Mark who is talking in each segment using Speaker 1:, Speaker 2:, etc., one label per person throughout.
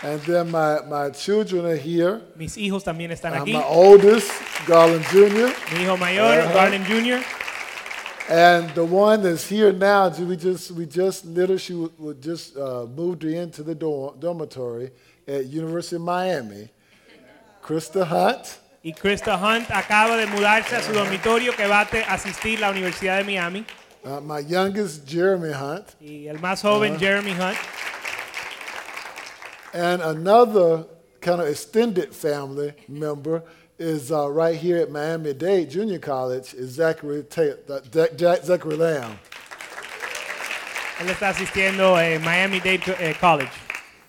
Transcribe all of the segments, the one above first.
Speaker 1: And then my, my children are here.
Speaker 2: Mis hijos también están
Speaker 1: Uh,
Speaker 2: aquí.
Speaker 1: my oldest, Garland Jr.,
Speaker 2: Mi hijo mayor,
Speaker 1: Ajá.
Speaker 2: Garland Jr.
Speaker 1: and the one that's here now. We just we just literally she wa- wa- just uh, moved her into the dorm, dormitory at University of Miami. Krista Hunt,
Speaker 2: Y Krista Hunt acaba de mudarse a su dormitorio que va a te- asistir la Universidad de Miami.
Speaker 1: uh, my youngest Jeremy Hunt,
Speaker 2: Y el más joven, Jeremy Hunt.
Speaker 1: and another kind of extended family member is uh, right here at Miami Dade Junior College. Is Zachary Ta- Zach- Zach- Zachary Lamb.
Speaker 2: Él está asistiendo a Miami-Dade Co- eh, College.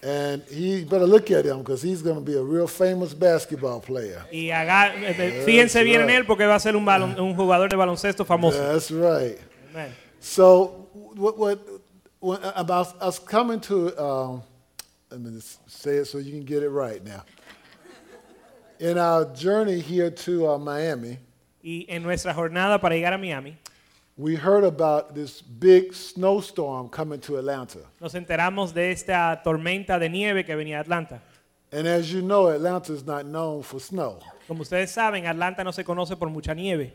Speaker 1: And he better look at him because he's going to be a real famous basketball player.
Speaker 2: Y haga- eh, eh, fíjense
Speaker 1: That's
Speaker 2: bien en
Speaker 1: right.
Speaker 2: él porque va a ser un, balon- un jugador de baloncesto famoso.
Speaker 1: That's right.
Speaker 2: Amen.
Speaker 1: So, what, what, what uh, about us coming to, um, let me just say it so you can get it right now. In our journey here to uh, Miami,
Speaker 2: Y en nuestra jornada para llegar a Miami,
Speaker 1: we heard about this big snowstorm coming to Atlanta.
Speaker 2: nos enteramos de esta tormenta de nieve que venía de Atlanta.
Speaker 1: And as you know, Atlanta is not known for snow.
Speaker 2: Como ustedes saben, Atlanta no se conoce por mucha nieve.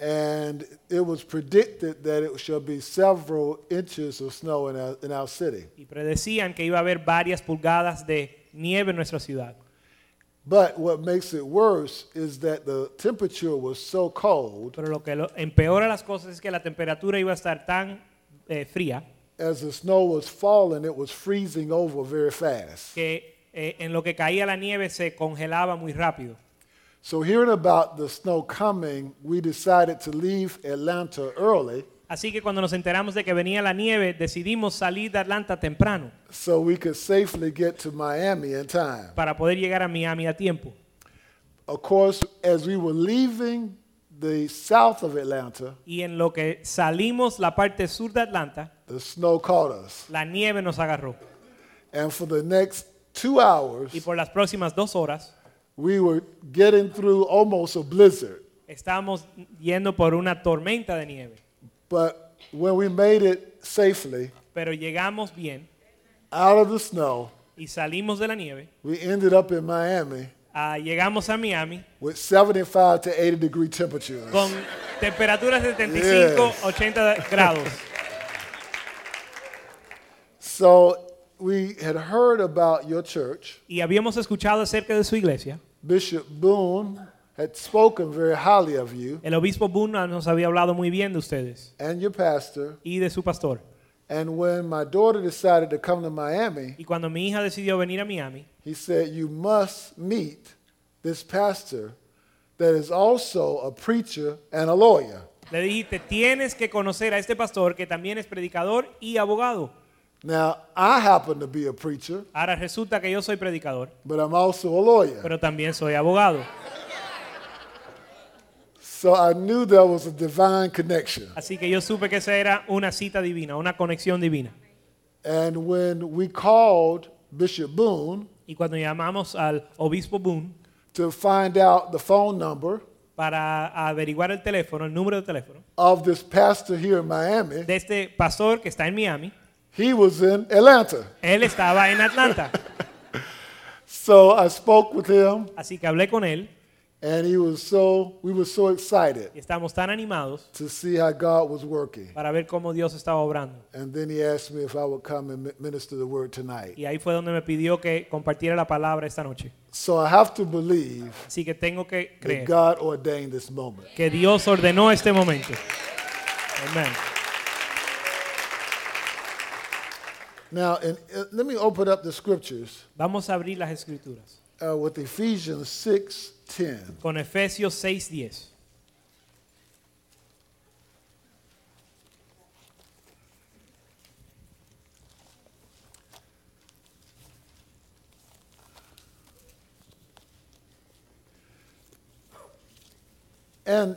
Speaker 1: And it was predicted that it shall be several inches of snow in our, in our city.
Speaker 2: y predecían que iba a haber varias pulgadas de nieve en nuestra ciudad.
Speaker 1: But what makes it worse is that the temperature was so cold
Speaker 2: Pero lo que lo- empeora las cosas es que la temperatura iba a estar tan eh, fría
Speaker 1: as the snow was falling, it was freezing over very fast.
Speaker 2: que eh, en lo que caía la nieve se congelaba muy rápido.
Speaker 1: So, hearing about the snow coming, we decided to leave Atlanta early
Speaker 2: Así que cuando nos enteramos de que venía la nieve, decidimos salir de Atlanta temprano
Speaker 1: so we could safely get to Miami in time.
Speaker 2: para poder llegar a Miami a tiempo.
Speaker 1: Of course, as we were leaving the south of Atlanta,
Speaker 2: Y en lo que salimos la parte sur de Atlanta,
Speaker 1: the snow caught us.
Speaker 2: la nieve nos agarró.
Speaker 1: And for the next two hours,
Speaker 2: Y por las próximas dos horas
Speaker 1: we were getting through almost a blizzard.
Speaker 2: estábamos yendo por una tormenta de nieve.
Speaker 1: But when we made it safely
Speaker 2: Pero llegamos bien
Speaker 1: out of the snow,
Speaker 2: y salimos de la nieve,
Speaker 1: we ended up in Miami
Speaker 2: ah, llegamos a Miami
Speaker 1: with 75 to 80 degree temperatures.
Speaker 2: con temperaturas de 75,
Speaker 1: Yes.
Speaker 2: 80 grados.
Speaker 1: So we had heard about your church.
Speaker 2: Y habíamos escuchado acerca de su iglesia.
Speaker 1: Bishop Boone had spoken very highly of you
Speaker 2: El obispo Boone nos había hablado muy bien de ustedes
Speaker 1: and your pastor.
Speaker 2: y de su pastor.
Speaker 1: And when my daughter decided to come to Miami,
Speaker 2: Y cuando mi hija decidió venir a Miami,
Speaker 1: he said, You must meet this pastor that is also a preacher and a lawyer.
Speaker 2: le dijiste, tienes que conocer a este pastor que también es predicador y abogado.
Speaker 1: Now, I happen to be a preacher,
Speaker 2: Ahora resulta que yo soy predicador,
Speaker 1: but I'm also a lawyer.
Speaker 2: pero también soy abogado.
Speaker 1: So I knew there was a divine connection.
Speaker 2: Así que yo supe que esa era una cita divina, una conexión divina.
Speaker 1: And when we called Bishop Boone
Speaker 2: Y cuando llamamos al obispo Boone,
Speaker 1: to find out the phone number
Speaker 2: para averiguar el teléfono, el número de teléfono,
Speaker 1: of this pastor here in Miami,
Speaker 2: de este pastor que está en Miami.
Speaker 1: he was in Atlanta.
Speaker 2: Él estaba en Atlanta,
Speaker 1: So I spoke with him,
Speaker 2: así que hablé con él
Speaker 1: and he was so we were so excited
Speaker 2: y estamos tan animados
Speaker 1: to see how God was working.
Speaker 2: para ver cómo Dios estaba obrando.
Speaker 1: And then he asked me if I would come and mi- minister the word tonight.
Speaker 2: Y ahí fue donde me pidió que compartiera la palabra esta noche.
Speaker 1: So I have to believe
Speaker 2: Así que tengo que
Speaker 1: that
Speaker 2: creer
Speaker 1: God ordained this moment.
Speaker 2: que Dios ordenó este momento. Amén.
Speaker 1: Now, in, uh, let me open up the scriptures
Speaker 2: Vamos a abrir las escrituras
Speaker 1: uh, with Ephesians 6:10.
Speaker 2: con Efesios 6:10.
Speaker 1: And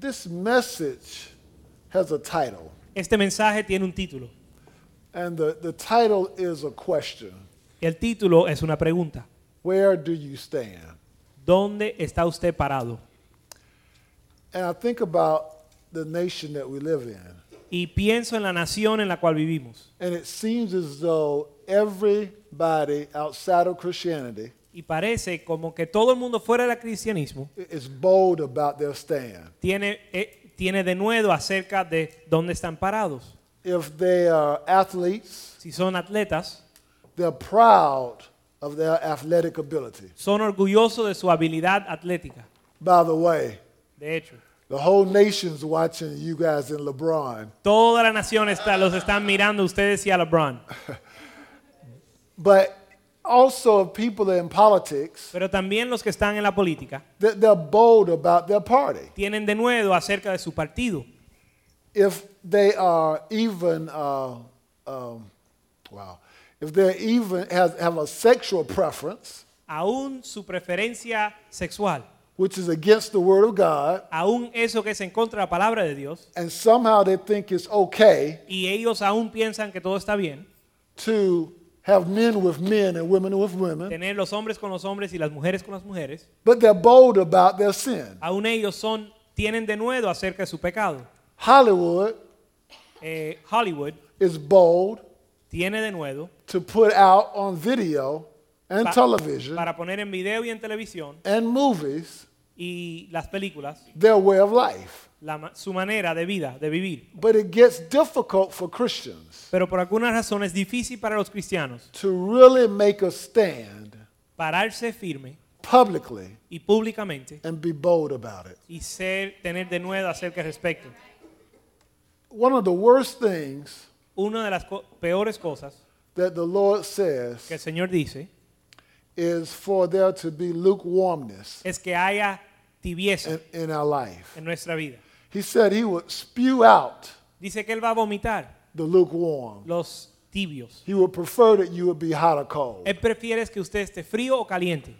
Speaker 1: this message has a title.
Speaker 2: Este mensaje tiene un título.
Speaker 1: And the, the title is a question
Speaker 2: El título es una pregunta.
Speaker 1: Where do you stand?
Speaker 2: ¿Dónde está usted parado?
Speaker 1: And I think about the nation that we live in.
Speaker 2: Y pienso en la nación en la cual vivimos.
Speaker 1: And it seems as though everybody outside of Christianity
Speaker 2: Y parece como que todo el mundo fuera del cristianismo
Speaker 1: i- is bold about their stand.
Speaker 2: tiene, eh, tiene denuedo acerca de dónde están parados.
Speaker 1: If they are athletes,
Speaker 2: Si son atletas,
Speaker 1: they're proud of their athletic ability.
Speaker 2: son orgullosos de su habilidad atlética.
Speaker 1: By the way,
Speaker 2: De hecho,
Speaker 1: the whole nation's watching you guys in LeBron.
Speaker 2: toda la nación está, los están mirando a ustedes y a LeBron.
Speaker 1: But also people in politics,
Speaker 2: Pero también los que están en la política
Speaker 1: they- they're bold about their party.
Speaker 2: tienen denuedo acerca de su partido.
Speaker 1: If they are even, uh, um, wow, if they even have, have a sexual preference,
Speaker 2: Aún su preferencia sexual,
Speaker 1: which is against the word of God,
Speaker 2: aún eso que es en contra de la palabra de Dios,
Speaker 1: and somehow they think it's okay
Speaker 2: y ellos aún piensan que todo está bien,
Speaker 1: to have men with men and women with women,
Speaker 2: tener los hombres con los hombres y las mujeres con las mujeres,
Speaker 1: but they're bold about their sin.
Speaker 2: aún ellos son, tienen denuedo acerca de su pecado.
Speaker 1: Hollywood
Speaker 2: Eh, Hollywood
Speaker 1: is bold
Speaker 2: tiene denuedo
Speaker 1: to put out on video and
Speaker 2: Pa-
Speaker 1: television
Speaker 2: para poner en video y en televisión
Speaker 1: and movies
Speaker 2: y las películas
Speaker 1: their way of life.
Speaker 2: la ma- su manera de vida, de vivir.
Speaker 1: But it gets difficult for Christians
Speaker 2: Pero por alguna razón es difícil para los cristianos
Speaker 1: to really make a stand
Speaker 2: pararse firme
Speaker 1: publicly
Speaker 2: y públicamente
Speaker 1: and be bold about it.
Speaker 2: y ser, tener de nuevo acerca al respecto.
Speaker 1: One of the worst things
Speaker 2: Una de las co- peores cosas
Speaker 1: that the Lord
Speaker 2: que el
Speaker 1: says
Speaker 2: Señor dice
Speaker 1: is for there to be lukewarmness
Speaker 2: es que haya tibieza
Speaker 1: in, in our life.
Speaker 2: en nuestra vida.
Speaker 1: He said he would spew out
Speaker 2: Dice que Él va a vomitar
Speaker 1: the lukewarm.
Speaker 2: los tibios.
Speaker 1: He would prefer that you would be hot or cold.
Speaker 2: Él prefiere es que usted esté frío o caliente.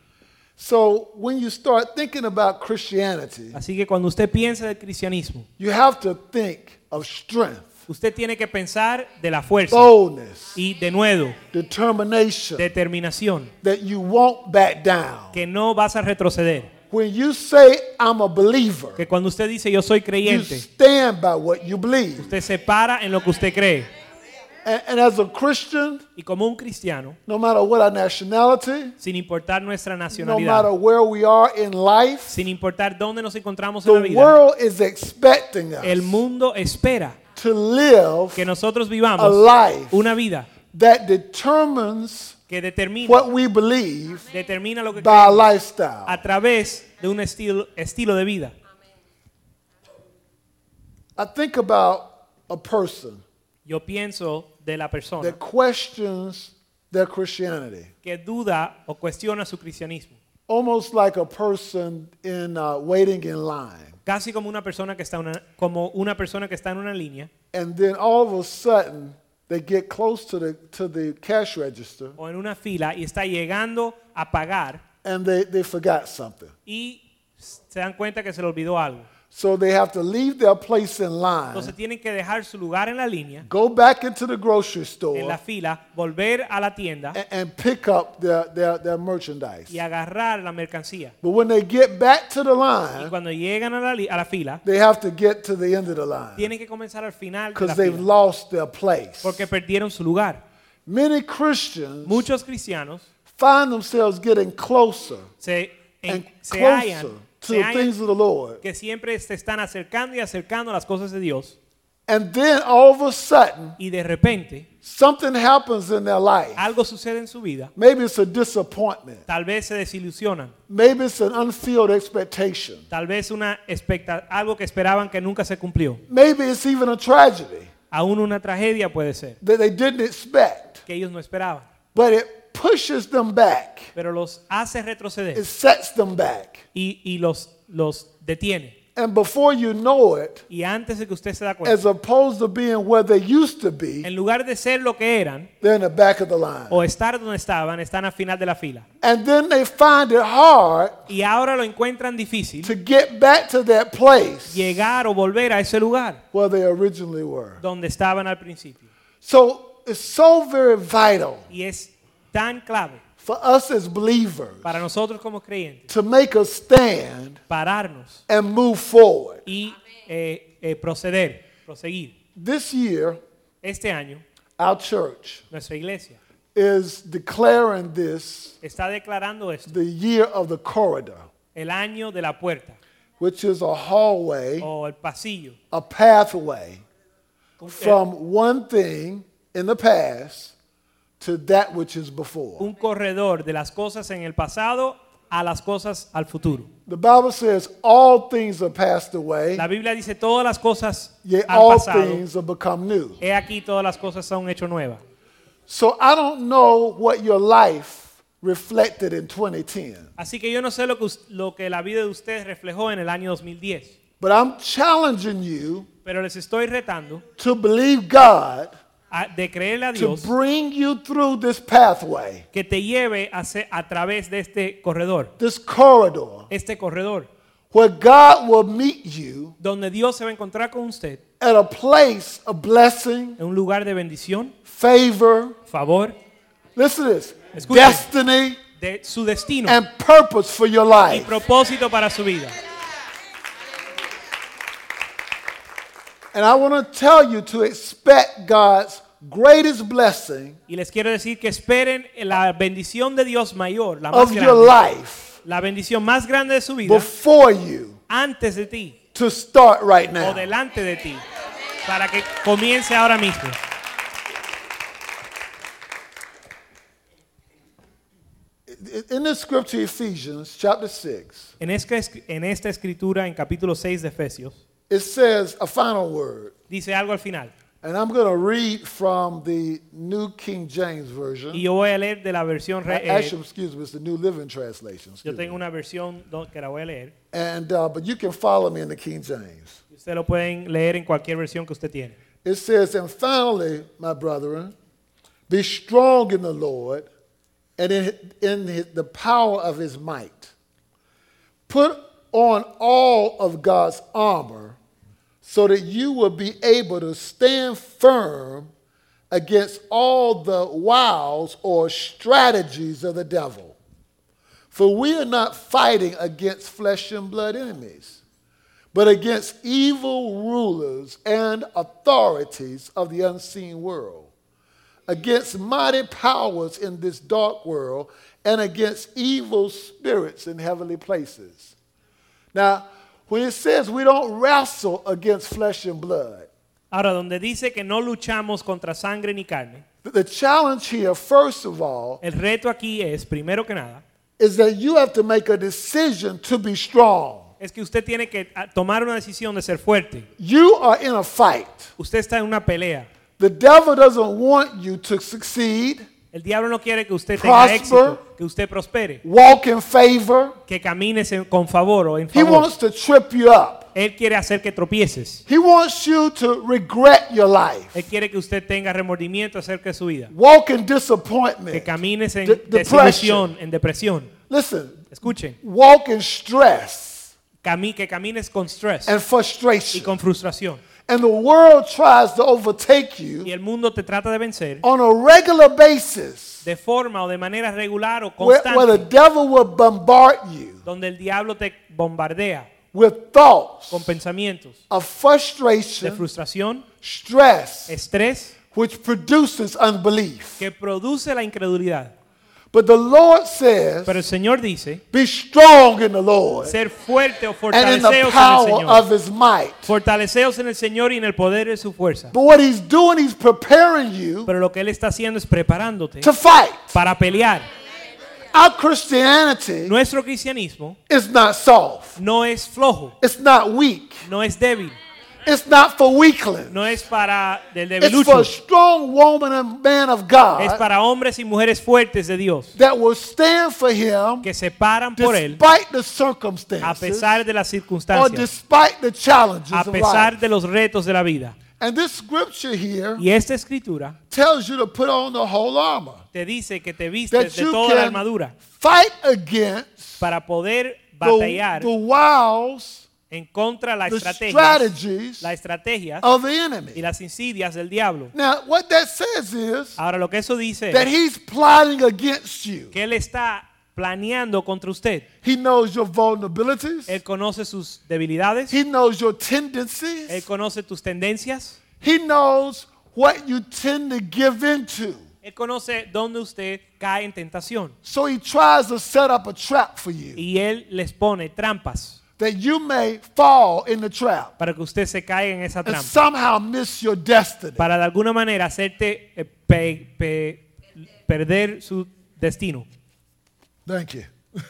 Speaker 1: So when you start thinking about Christianity,
Speaker 2: Así que cuando usted piensa del cristianismo,
Speaker 1: You have to think of strength,
Speaker 2: usted tiene que pensar de la fuerza
Speaker 1: boldness,
Speaker 2: y de nuevo
Speaker 1: determination,
Speaker 2: determinación,
Speaker 1: that you won't back down.
Speaker 2: que no vas a retroceder.
Speaker 1: When you say, I'm a believer,
Speaker 2: Que cuando usted dice yo soy
Speaker 1: you
Speaker 2: creyente,
Speaker 1: stand by what you believe.
Speaker 2: usted se para en lo que usted cree.
Speaker 1: And, and as a Christian,
Speaker 2: Y como un cristiano,
Speaker 1: no matter what our nationality,
Speaker 2: sin importar nuestra
Speaker 1: no matter
Speaker 2: nacionalidad,
Speaker 1: where we are in life,
Speaker 2: sin importar dónde nos encontramos en la
Speaker 1: the
Speaker 2: vida,
Speaker 1: world is expecting
Speaker 2: el
Speaker 1: us
Speaker 2: mundo espera
Speaker 1: to live
Speaker 2: que nosotros
Speaker 1: a
Speaker 2: vivamos
Speaker 1: life
Speaker 2: una vida
Speaker 1: that determines
Speaker 2: que determina,
Speaker 1: what we believe
Speaker 2: determina lo que
Speaker 1: by our
Speaker 2: creemos
Speaker 1: lifestyle.
Speaker 2: a través de un estilo, estilo de vida.
Speaker 1: I think about a person
Speaker 2: Yo pienso de la persona
Speaker 1: that questions their Christianity,
Speaker 2: que duda o cuestiona su cristianismo,
Speaker 1: almost like a person in uh, waiting in line,
Speaker 2: casi como una persona que está una, como una persona que está en una línea
Speaker 1: and then all of a sudden they get close to the to the cash register
Speaker 2: o en una fila y está llegando a pagar
Speaker 1: and they they forgot something,
Speaker 2: y se dan cuenta que se le olvidó algo.
Speaker 1: so they have to leave their place in
Speaker 2: Entonces
Speaker 1: line,
Speaker 2: tienen que dejar su lugar en la línea,
Speaker 1: go back into the grocery
Speaker 2: en la
Speaker 1: store,
Speaker 2: fila, volver a la tienda
Speaker 1: and, and pick up their their, their merchandise.
Speaker 2: y agarrar la mercancía.
Speaker 1: But when they get back to the
Speaker 2: Y
Speaker 1: line,
Speaker 2: cuando llegan a la, li- a la fila,
Speaker 1: they have to get to the end of the line
Speaker 2: tienen que comenzar al final de la
Speaker 1: because they've
Speaker 2: fila
Speaker 1: lost their place.
Speaker 2: porque perdieron su lugar.
Speaker 1: Many Christians
Speaker 2: Muchos cristianos
Speaker 1: find themselves getting closer
Speaker 2: se, en-
Speaker 1: and
Speaker 2: se hallan,
Speaker 1: closer to
Speaker 2: se
Speaker 1: the
Speaker 2: hallan
Speaker 1: things of the Lord.
Speaker 2: que siempre se están acercando y acercando a las cosas de Dios
Speaker 1: And then all of a sudden,
Speaker 2: y de repente
Speaker 1: something happens in their life.
Speaker 2: algo sucede en su vida,
Speaker 1: Maybe it's a disappointment.
Speaker 2: tal vez se desilusionan,
Speaker 1: Maybe it's an unfilled expectation.
Speaker 2: tal vez una expecta- algo que esperaban que nunca se cumplió.
Speaker 1: Maybe it's even a tragedy
Speaker 2: Aún una tragedia puede ser
Speaker 1: that they didn't expect.
Speaker 2: que ellos no esperaban,
Speaker 1: But it pushes them back,
Speaker 2: pero los hace
Speaker 1: it
Speaker 2: retroceder
Speaker 1: sets them back.
Speaker 2: y, y los, los detiene.
Speaker 1: And before you know it,
Speaker 2: Y antes de que usted se da cuenta,
Speaker 1: as opposed to being where they used to be,
Speaker 2: en lugar de ser lo que eran
Speaker 1: they're in the back of the line.
Speaker 2: o estar donde estaban, están al final de la fila.
Speaker 1: And then they find it hard
Speaker 2: Y ahora lo encuentran difícil
Speaker 1: to get back to that place
Speaker 2: llegar o volver a ese lugar
Speaker 1: where they originally were.
Speaker 2: donde estaban al principio.
Speaker 1: So it's so very vital
Speaker 2: Y es tan clave
Speaker 1: for us as believers
Speaker 2: para nosotros como creyentes
Speaker 1: to make a stand
Speaker 2: pararnos
Speaker 1: and move forward.
Speaker 2: y eh, eh, proceder, proseguir.
Speaker 1: This year,
Speaker 2: Este año,
Speaker 1: our church
Speaker 2: nuestra iglesia
Speaker 1: is declaring this
Speaker 2: está declarando esto,
Speaker 1: the year of the corridor,
Speaker 2: el año de la puerta
Speaker 1: which is a hallway,
Speaker 2: o el pasillo,
Speaker 1: a pathway
Speaker 2: un, eh,
Speaker 1: from one thing in the past to that which is before.
Speaker 2: un corredor de las cosas en el pasado a las cosas al futuro.
Speaker 1: The Bible says all things are passed away,
Speaker 2: La Biblia dice todas las cosas
Speaker 1: yet
Speaker 2: al
Speaker 1: all
Speaker 2: pasado,
Speaker 1: things are become new.
Speaker 2: he aquí todas las cosas son hecho nuevas.
Speaker 1: So I don't know what your life reflected in 2010,
Speaker 2: Así que yo no sé lo que, us- lo que la vida de ustedes reflejó en el año 2010,
Speaker 1: but I'm challenging you
Speaker 2: pero les estoy retando
Speaker 1: to believe God
Speaker 2: a- de creerle a
Speaker 1: to
Speaker 2: Dios
Speaker 1: bring you through this pathway,
Speaker 2: que te lleve a, se- a través de este corredor,
Speaker 1: this corridor,
Speaker 2: este corredor,
Speaker 1: where God will meet you
Speaker 2: donde Dios se va a encontrar con usted
Speaker 1: at a place of blessing,
Speaker 2: en un lugar de bendición,
Speaker 1: favor.
Speaker 2: favor,
Speaker 1: Listen to this
Speaker 2: Escuchen.
Speaker 1: destiny
Speaker 2: de su destino
Speaker 1: and purpose for your
Speaker 2: y
Speaker 1: life.
Speaker 2: propósito para su vida.
Speaker 1: And I want to tell you to expect God's greatest blessing
Speaker 2: Y les quiero decir que esperen la bendición de Dios mayor, la más
Speaker 1: of your
Speaker 2: grande,
Speaker 1: life
Speaker 2: la bendición más grande de su vida
Speaker 1: before you
Speaker 2: antes de ti
Speaker 1: to start right now.
Speaker 2: o delante de ti, para que comience ahora mismo.
Speaker 1: In the scripture, Ephesians chapter 6,
Speaker 2: En, este es- en esta escritura, en capítulo 6 de Efesios,
Speaker 1: it says a final word.
Speaker 2: dice algo al final.
Speaker 1: And I'm going to read from the New King James
Speaker 2: Y
Speaker 1: Version.
Speaker 2: yo voy a leer de la versión... re- eh,
Speaker 1: Actually, excuse me, it's the New Living Translation.
Speaker 2: Yo
Speaker 1: excuse
Speaker 2: tengo
Speaker 1: me.
Speaker 2: una versión do- que la voy a leer.
Speaker 1: And, uh, but you can follow me in the King James.
Speaker 2: y Ustedes lo pueden leer en cualquier versión que usted tiene.
Speaker 1: It says, And finally, my brethren, be strong in the Lord and in, in his- the power of his might. Put on all of God's armor so that you will be able to stand firm against all the wiles or strategies of the devil. For we are not fighting against flesh and blood enemies but against evil rulers and authorities of the unseen world, against mighty powers in this dark world, and against evil spirits in heavenly places. Now, when it says we don't wrestle against flesh and blood,
Speaker 2: Ahora, donde dice que no luchamos contra sangre ni carne,
Speaker 1: th- the challenge here, first of all,
Speaker 2: el reto aquí es, primero que nada,
Speaker 1: is that you have to make a decision to be strong.
Speaker 2: es que usted tiene que ah, tomar una decisión de ser fuerte.
Speaker 1: You are in a fight.
Speaker 2: Usted está en una pelea.
Speaker 1: The devil doesn't want you to succeed,
Speaker 2: El diablo no quiere que usted tenga
Speaker 1: Prosper.
Speaker 2: éxito, que usted prospere,
Speaker 1: walk in favor,
Speaker 2: que camines en- con favor o en
Speaker 1: He
Speaker 2: favor.
Speaker 1: wants to trip you up.
Speaker 2: Él quiere hacer que tropieces.
Speaker 1: He wants you to regret your life,
Speaker 2: Él quiere que usted tenga remordimiento acerca de su vida,
Speaker 1: walk in
Speaker 2: que
Speaker 1: disappointment.
Speaker 2: camines en
Speaker 1: De- depression.
Speaker 2: desilusión, en depresión.
Speaker 1: Listen,
Speaker 2: Escuchen.
Speaker 1: walk in stress
Speaker 2: Cami- que camines con stress
Speaker 1: and
Speaker 2: y
Speaker 1: frustration.
Speaker 2: con frustración.
Speaker 1: And the world tries to overtake
Speaker 2: Y
Speaker 1: you
Speaker 2: el mundo te trata de vencer
Speaker 1: on a regular basis
Speaker 2: de forma o de manera regular o
Speaker 1: where, where the
Speaker 2: constante,
Speaker 1: devil will bombard you
Speaker 2: donde el diablo te bombardea
Speaker 1: with thoughts
Speaker 2: con pensamientos
Speaker 1: of
Speaker 2: de
Speaker 1: frustration,
Speaker 2: frustración,
Speaker 1: stress,
Speaker 2: estrés,
Speaker 1: which produces unbelief.
Speaker 2: que produce la incredulidad.
Speaker 1: But the Lord says,
Speaker 2: Pero el Señor dice,
Speaker 1: be strong in the Lord
Speaker 2: ser
Speaker 1: and
Speaker 2: fuerte o
Speaker 1: in the
Speaker 2: fortaleceos en el
Speaker 1: power of
Speaker 2: Señor.
Speaker 1: his might.
Speaker 2: Fortaleceos en el Señor y en el poder de su fuerza.
Speaker 1: But what he's doing, he's preparing you
Speaker 2: Pero lo que Él está haciendo es preparándote
Speaker 1: to fight.
Speaker 2: para pelear.
Speaker 1: Our Christianity
Speaker 2: Nuestro cristianismo
Speaker 1: is not soft.
Speaker 2: no es flojo,
Speaker 1: It's not weak.
Speaker 2: no es débil,
Speaker 1: It's not for weaklings.
Speaker 2: no es para del
Speaker 1: It's for
Speaker 2: debilucho,
Speaker 1: a strong woman and man of
Speaker 2: es
Speaker 1: God
Speaker 2: para hombres y mujeres fuertes de Dios
Speaker 1: that will stand for him
Speaker 2: que se paran por él
Speaker 1: despite the
Speaker 2: a
Speaker 1: circumstances
Speaker 2: pesar de las
Speaker 1: or
Speaker 2: circunstancias,
Speaker 1: despite the challenges
Speaker 2: a
Speaker 1: of
Speaker 2: pesar
Speaker 1: life.
Speaker 2: de los retos de la vida.
Speaker 1: And this scripture here
Speaker 2: Y esta escritura
Speaker 1: tells you to put on the whole armor
Speaker 2: te dice que te vistes
Speaker 1: that
Speaker 2: de
Speaker 1: you
Speaker 2: toda la
Speaker 1: can
Speaker 2: armadura
Speaker 1: fight against
Speaker 2: para poder
Speaker 1: the,
Speaker 2: batallar
Speaker 1: the wiles,
Speaker 2: en contra de la
Speaker 1: the
Speaker 2: estrategia,
Speaker 1: strategies
Speaker 2: la estrategia
Speaker 1: of the
Speaker 2: y
Speaker 1: enemy.
Speaker 2: las insidias del diablo.
Speaker 1: Now, what that says is
Speaker 2: Ahora lo que eso dice
Speaker 1: that
Speaker 2: es
Speaker 1: he's plotting against you.
Speaker 2: que él está planeando contra usted.
Speaker 1: He knows your vulnerabilities.
Speaker 2: Él conoce sus debilidades,
Speaker 1: He knows your
Speaker 2: él
Speaker 1: tendencies.
Speaker 2: conoce tus tendencias,
Speaker 1: He knows what you tend to give into.
Speaker 2: él conoce dónde usted cae en tentación
Speaker 1: So he tries to set up a trap for you
Speaker 2: y él les pone trampas
Speaker 1: that you may fall in the trap
Speaker 2: para que usted se caiga en esa
Speaker 1: and
Speaker 2: trampa,
Speaker 1: somehow miss your destiny.
Speaker 2: para de alguna manera hacerte eh, pe- pe- perder su destino.
Speaker 1: Thank you.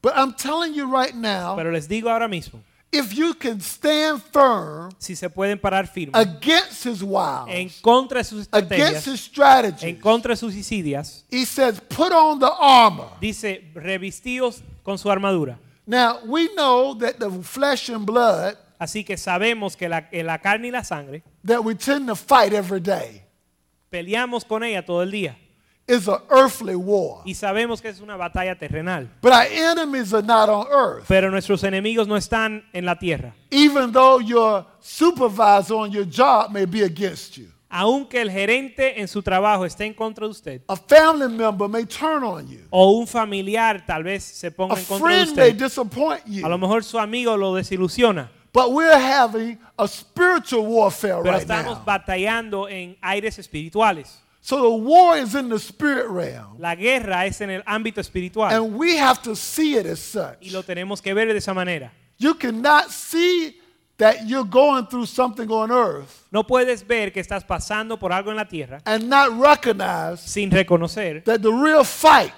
Speaker 1: but I'm telling you right now,
Speaker 2: Pero les digo ahora mismo,
Speaker 1: if you can stand firm
Speaker 2: si se pueden parar firmes
Speaker 1: against his
Speaker 2: en
Speaker 1: wiles,
Speaker 2: contra de sus
Speaker 1: against
Speaker 2: estrategias,
Speaker 1: his strategies,
Speaker 2: en contra de sus insidias,
Speaker 1: he says, put on the armor.
Speaker 2: dice, revestíos con su armadura.
Speaker 1: Now, we know that the flesh and blood
Speaker 2: Así que sabemos que la, en la carne y la sangre
Speaker 1: that we tend to fight every day
Speaker 2: peleamos con ella todo el día
Speaker 1: is an earthly war.
Speaker 2: y sabemos que es una batalla terrenal.
Speaker 1: But our enemies are not on earth.
Speaker 2: Pero nuestros enemigos no están en la tierra.
Speaker 1: Even though your supervisor on your job may be against you,
Speaker 2: Aunque el gerente en su trabajo esté en contra de usted,
Speaker 1: a family member may turn on you,
Speaker 2: o un familiar tal vez se
Speaker 1: a
Speaker 2: ponga en contra de
Speaker 1: friend may
Speaker 2: usted,
Speaker 1: disappoint
Speaker 2: a lo
Speaker 1: you.
Speaker 2: mejor su amigo lo desilusiona,
Speaker 1: But we're having a spiritual warfare
Speaker 2: pero
Speaker 1: right
Speaker 2: estamos
Speaker 1: now.
Speaker 2: batallando en aires espirituales.
Speaker 1: So the war is in the spirit realm,
Speaker 2: La guerra es en el ámbito espiritual
Speaker 1: and we have to see it as
Speaker 2: y
Speaker 1: such.
Speaker 2: lo tenemos que ver de esa manera.
Speaker 1: You cannot see that you're going through something on earth
Speaker 2: No puedes ver que estás pasando por algo en la tierra
Speaker 1: and not recognize
Speaker 2: sin reconocer
Speaker 1: that the real fight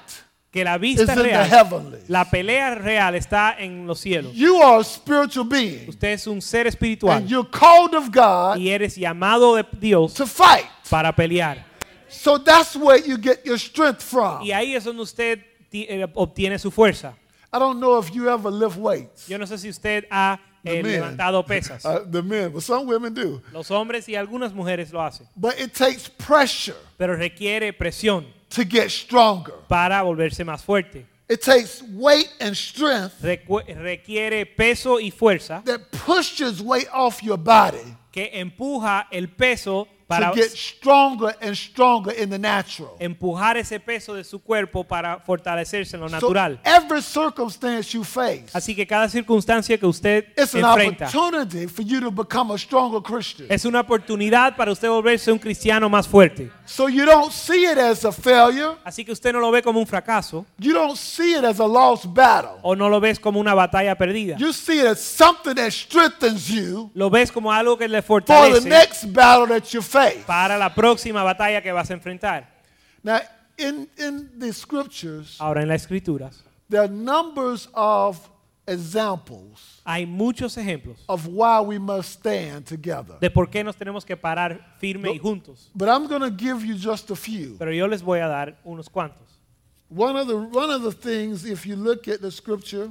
Speaker 2: que la
Speaker 1: is
Speaker 2: vista
Speaker 1: in the
Speaker 2: real,
Speaker 1: heavenly.
Speaker 2: la pelea real está en los cielos.
Speaker 1: You are a spiritual being,
Speaker 2: Usted es un ser espiritual
Speaker 1: and you're called of God
Speaker 2: y eres llamado de Dios
Speaker 1: to fight.
Speaker 2: para pelear.
Speaker 1: So that's where you get your strength from.
Speaker 2: Y ahí es donde usted ti- eh, obtiene su fuerza.
Speaker 1: I don't know if you ever lift weights,
Speaker 2: Yo no sé si usted ha
Speaker 1: The
Speaker 2: eh,
Speaker 1: men.
Speaker 2: levantado pesas.
Speaker 1: uh, the men, but some women do.
Speaker 2: Los hombres y algunas mujeres lo hacen,
Speaker 1: But it takes pressure
Speaker 2: pero requiere presión
Speaker 1: to get stronger.
Speaker 2: para volverse más fuerte.
Speaker 1: It takes weight and strength
Speaker 2: Recu- requiere peso y fuerza
Speaker 1: that pushes weight off your body
Speaker 2: que empuja el peso
Speaker 1: to
Speaker 2: para
Speaker 1: get stronger and stronger in the natural.
Speaker 2: empujar ese peso de su cuerpo para fortalecerse en lo
Speaker 1: So
Speaker 2: natural.
Speaker 1: every circumstance you face,
Speaker 2: Así que cada circunstancia que usted
Speaker 1: it's an
Speaker 2: enfrenta
Speaker 1: opportunity for you to become a stronger Christian.
Speaker 2: es una oportunidad para usted volverse un cristiano más fuerte.
Speaker 1: So you don't see it as a failure.
Speaker 2: Así que usted no lo ve como un fracaso
Speaker 1: You don't see it as a lost battle.
Speaker 2: o no lo ves como una batalla perdida.
Speaker 1: You see it as something that strengthens you
Speaker 2: Lo ves como algo que le
Speaker 1: for the
Speaker 2: fortalece
Speaker 1: next battle that you face.
Speaker 2: para la próxima batalla que vas a enfrentar.
Speaker 1: Now, in, in the scriptures,
Speaker 2: Ahora en las escrituras
Speaker 1: there are numbers of examples
Speaker 2: hay muchos ejemplos
Speaker 1: of why we must stand together.
Speaker 2: de por qué nos tenemos que parar firme y juntos.
Speaker 1: But I'm going to give you just a few.
Speaker 2: Pero yo les voy a dar unos cuantos.
Speaker 1: One of the one of the things, if you look at the scripture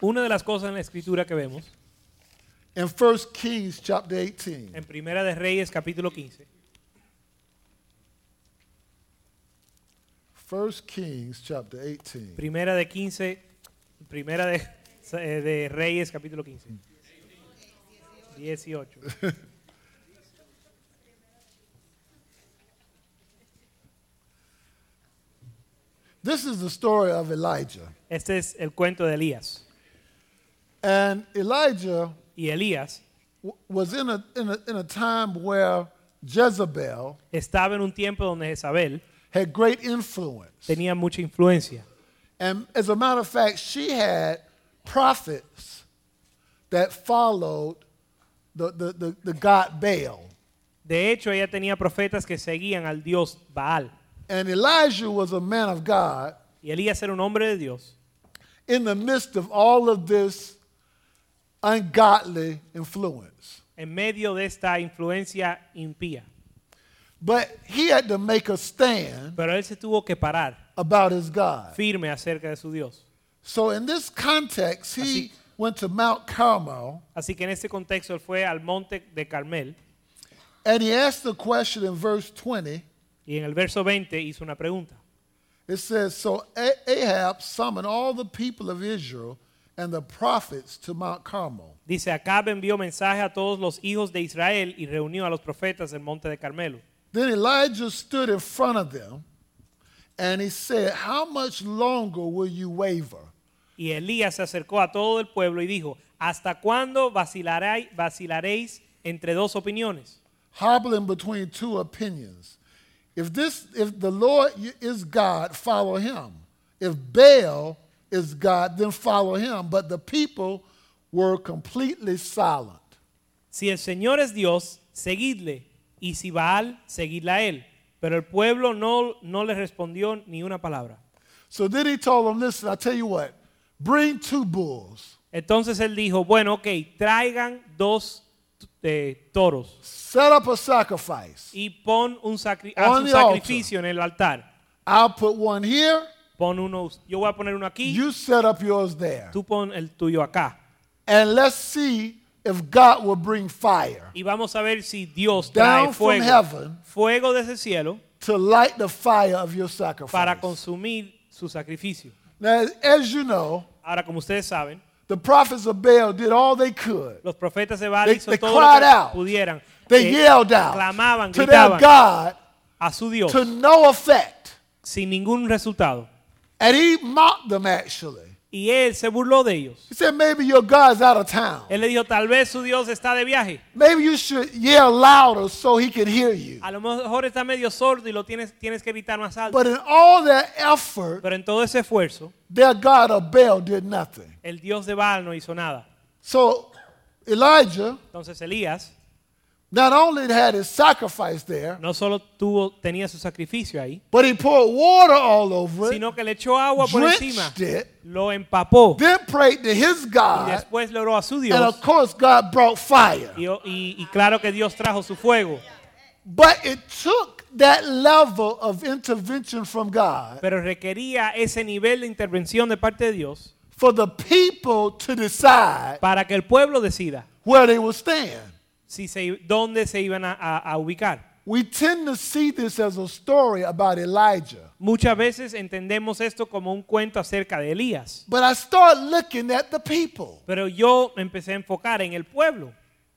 Speaker 2: Una de las cosas en la escritura que vemos
Speaker 1: in 1 Kings chapter 18,
Speaker 2: en Primera de Reyes capítulo 15,
Speaker 1: 1 Kings chapter 18.
Speaker 2: Primera de 15, Primera de, eh, de Reyes capítulo 15. 18.
Speaker 1: This is the story of Elijah.
Speaker 2: Este es el cuento de Elías.
Speaker 1: And Elijah
Speaker 2: Y Elías
Speaker 1: w- was in a, in a, in a time where Jezebel
Speaker 2: estaba en un tiempo donde Jezabel
Speaker 1: had great influence.
Speaker 2: tenía mucha influencia.
Speaker 1: And as a matter of fact, she had prophets that followed the, the, the, the god Baal.
Speaker 2: De hecho, ella tenía profetas que seguían al dios Baal.
Speaker 1: And Elijah was a man of God
Speaker 2: Y Elías era un hombre de Dios
Speaker 1: in the midst of all of this ungodly influence.
Speaker 2: en medio de esta influencia impía.
Speaker 1: But he had to make a stand
Speaker 2: Pero él se tuvo que parar
Speaker 1: about his God.
Speaker 2: firme acerca de su Dios.
Speaker 1: So in this context, he went to Mount Carmel
Speaker 2: Así que en este contexto él fue al monte de Carmel
Speaker 1: and he asked the question in verse 20.
Speaker 2: y en el verso 20 hizo una pregunta.
Speaker 1: It says, So A- Ahab summoned all the people of Israel and the prophets to Mount Carmel.
Speaker 2: Dice, Acab envió mensaje a todos los hijos de Israel y reunió a los profetas del monte de Carmelo.
Speaker 1: Then Elijah stood in front of them and he said, How much longer will you waver?
Speaker 2: Y Elías se acercó a todo el pueblo y dijo, ¿hasta cuándo vacilarai- vacilaréis entre dos opiniones?
Speaker 1: Hobbling between two opinions. If this if the Lord y- is God, follow him. If Baal is God, then follow him. But the people were completely silent.
Speaker 2: Si el Señor es Dios, seguidle, y si Baal, seguidla a él. Pero el pueblo no, no le respondió ni una palabra.
Speaker 1: So then he told them, Listen, I tell you what, bring two bulls.
Speaker 2: Entonces él dijo, bueno, ok, traigan dos eh, toros
Speaker 1: set up a sacrifice.
Speaker 2: y pon un, sacri-
Speaker 1: On
Speaker 2: haz un
Speaker 1: the
Speaker 2: sacrificio en el altar.
Speaker 1: I'll put one here,
Speaker 2: Pon uno, yo voy a poner uno aquí,
Speaker 1: you set up yours there.
Speaker 2: tú pon el tuyo acá.
Speaker 1: And let's see if God will bring fire
Speaker 2: Y vamos a ver si Dios trae
Speaker 1: Down from
Speaker 2: fuego,
Speaker 1: heaven.
Speaker 2: fuego desde el cielo
Speaker 1: to light the fire of your
Speaker 2: para
Speaker 1: sacrifice.
Speaker 2: consumir su sacrificio.
Speaker 1: Now, as you know,
Speaker 2: Ahora, como ustedes saben,
Speaker 1: the prophets of Baal did all they could.
Speaker 2: los profetas de Baal
Speaker 1: They-
Speaker 2: hizo
Speaker 1: they
Speaker 2: todo lo
Speaker 1: cried
Speaker 2: que
Speaker 1: out.
Speaker 2: pudieran.
Speaker 1: They
Speaker 2: Eh,
Speaker 1: yelled out
Speaker 2: clamaban,
Speaker 1: to their
Speaker 2: gritaban
Speaker 1: God
Speaker 2: a su Dios
Speaker 1: to no effect.
Speaker 2: sin ningún resultado.
Speaker 1: And he mocked them, actually.
Speaker 2: Y él se burló de ellos.
Speaker 1: He said, Maybe your God's out of town.
Speaker 2: Él le dijo, tal vez su Dios está de viaje.
Speaker 1: Maybe you should yell louder so he can hear you.
Speaker 2: A lo mejor está medio sordo y lo tienes, tienes que gritar más alto.
Speaker 1: But in all their effort,
Speaker 2: Pero en todo ese esfuerzo,
Speaker 1: their God of Baal did nothing.
Speaker 2: el Dios de Baal no hizo nada.
Speaker 1: So Elijah
Speaker 2: Entonces Elías
Speaker 1: not only had his sacrifice there,
Speaker 2: no solo tuvo, tenía su sacrificio ahí,
Speaker 1: but he poured water all over it,
Speaker 2: sino que le echó agua por encima,
Speaker 1: drenched it,
Speaker 2: lo empapó
Speaker 1: then prayed to his
Speaker 2: y
Speaker 1: God,
Speaker 2: después le oró a su
Speaker 1: and
Speaker 2: Dios.
Speaker 1: of course God brought fire.
Speaker 2: Y, y- y claro que Dios trajo su fuego,
Speaker 1: But it took that level of intervention from God
Speaker 2: pero requería ese nivel de intervención de parte de Dios
Speaker 1: for the people to decide
Speaker 2: para que el pueblo decida
Speaker 1: where they will stand.
Speaker 2: si se, dónde se iban a, a- a ubicar.
Speaker 1: We tend to see this as a story about Elijah.
Speaker 2: Muchas veces entendemos esto como un cuento acerca de Elías,
Speaker 1: But I start looking at the people.
Speaker 2: pero yo empecé a enfocar en el pueblo.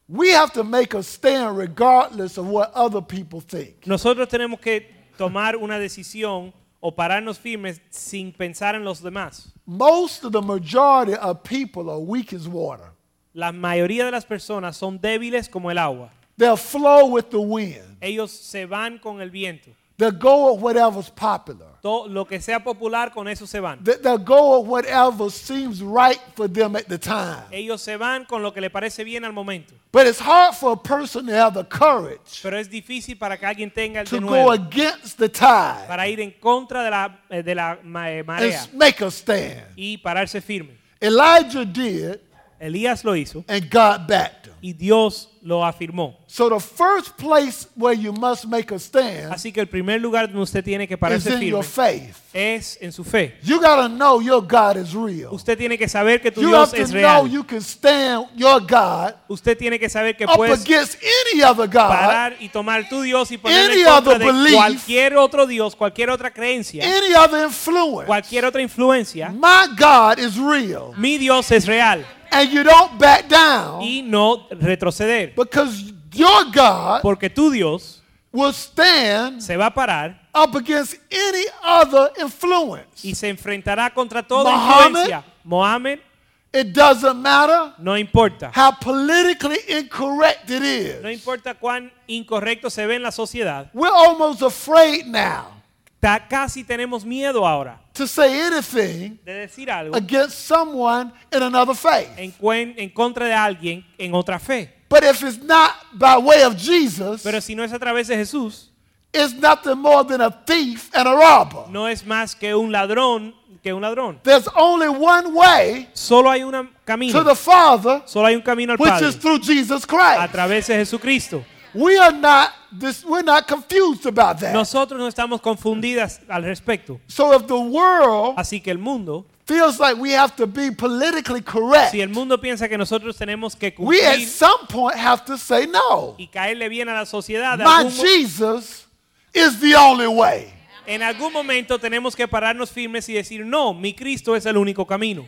Speaker 1: We have to make a stand regardless of what other people think.
Speaker 2: Nosotros tenemos que tomar una decisión o pararnos firmes sin pensar en los demás.
Speaker 1: Most of the majority of people are weak as water.
Speaker 2: La mayoría de las personas son débiles como el agua.
Speaker 1: They'll flow with the wind.
Speaker 2: Ellos se van con el viento.
Speaker 1: They'll go with whatever's popular.
Speaker 2: Todo lo que sea popular con eso se van.
Speaker 1: They- They'll go with whatever seems right for them at the time.
Speaker 2: Ellos se van con lo que le parece bien al momento.
Speaker 1: But it's hard for a person to have the courage
Speaker 2: Pero es difícil para que alguien tenga el
Speaker 1: to
Speaker 2: de
Speaker 1: go
Speaker 2: nuevo
Speaker 1: against the tide
Speaker 2: para ir en contra de la, eh, de la ma- eh,
Speaker 1: and
Speaker 2: marea
Speaker 1: s- make a stand.
Speaker 2: y pararse firme.
Speaker 1: Elijah did,
Speaker 2: Elías lo hizo
Speaker 1: and God backed him.
Speaker 2: y Dios lo afirmó.
Speaker 1: So the first place where you must make a stand
Speaker 2: Así que el primer lugar donde usted tiene que
Speaker 1: is
Speaker 2: pararse
Speaker 1: in
Speaker 2: firme
Speaker 1: your faith.
Speaker 2: es en su fe.
Speaker 1: You got to know your God is real.
Speaker 2: Usted tiene que saber que tu
Speaker 1: You have
Speaker 2: Dios
Speaker 1: to
Speaker 2: es
Speaker 1: know
Speaker 2: real.
Speaker 1: you can stand your God
Speaker 2: Usted tiene que saber que
Speaker 1: up
Speaker 2: puedes
Speaker 1: against any other God,
Speaker 2: parar y tomar tu Dios y ponerle
Speaker 1: Any
Speaker 2: en contra
Speaker 1: other
Speaker 2: de
Speaker 1: belief.
Speaker 2: cualquier otro Dios, cualquier otra creencia,
Speaker 1: any other influence.
Speaker 2: cualquier otra influencia.
Speaker 1: My God is real.
Speaker 2: Mi Dios es real
Speaker 1: And you don't back down
Speaker 2: y no retroceder,
Speaker 1: because your God
Speaker 2: porque tu Dios
Speaker 1: will stand
Speaker 2: se va a parar
Speaker 1: up against any other influence.
Speaker 2: y se enfrentará contra toda
Speaker 1: Mohammed.
Speaker 2: influencia. Mohammed
Speaker 1: It doesn't matter
Speaker 2: no importa.
Speaker 1: how politically incorrect it
Speaker 2: No
Speaker 1: is.
Speaker 2: importa cuán incorrecto se ve en la sociedad.
Speaker 1: We're almost afraid now
Speaker 2: Ta- casi tenemos miedo ahora
Speaker 1: to say anything
Speaker 2: de decir algo
Speaker 1: against someone in another faith.
Speaker 2: en, cuen- en contra de alguien en otra fe.
Speaker 1: But if it's not by way of Jesus,
Speaker 2: Pero si no es a través de Jesús,
Speaker 1: is nothing more than a thief and a robber.
Speaker 2: no es más que un ladrón, que un ladrón.
Speaker 1: There's only one way
Speaker 2: Solo hay un camino.
Speaker 1: to the Father,
Speaker 2: Solo hay un camino al
Speaker 1: which
Speaker 2: Padre.
Speaker 1: is through Jesus
Speaker 2: A
Speaker 1: Christ.
Speaker 2: través de Jesucristo.
Speaker 1: We are not this, we're not confused about that.
Speaker 2: Nosotros no estamos confundidas al respecto.
Speaker 1: So if the world
Speaker 2: Así que el mundo,
Speaker 1: feels like we have to be politically correct,
Speaker 2: si el mundo piensa que nosotros tenemos que
Speaker 1: we at
Speaker 2: cumplir
Speaker 1: some point have to say no.
Speaker 2: y caerle bien a la sociedad, de
Speaker 1: My
Speaker 2: algún mo-
Speaker 1: Jesus is the only way.
Speaker 2: en algún momento tenemos que pararnos firmes y decir, no, mi Cristo es el único camino.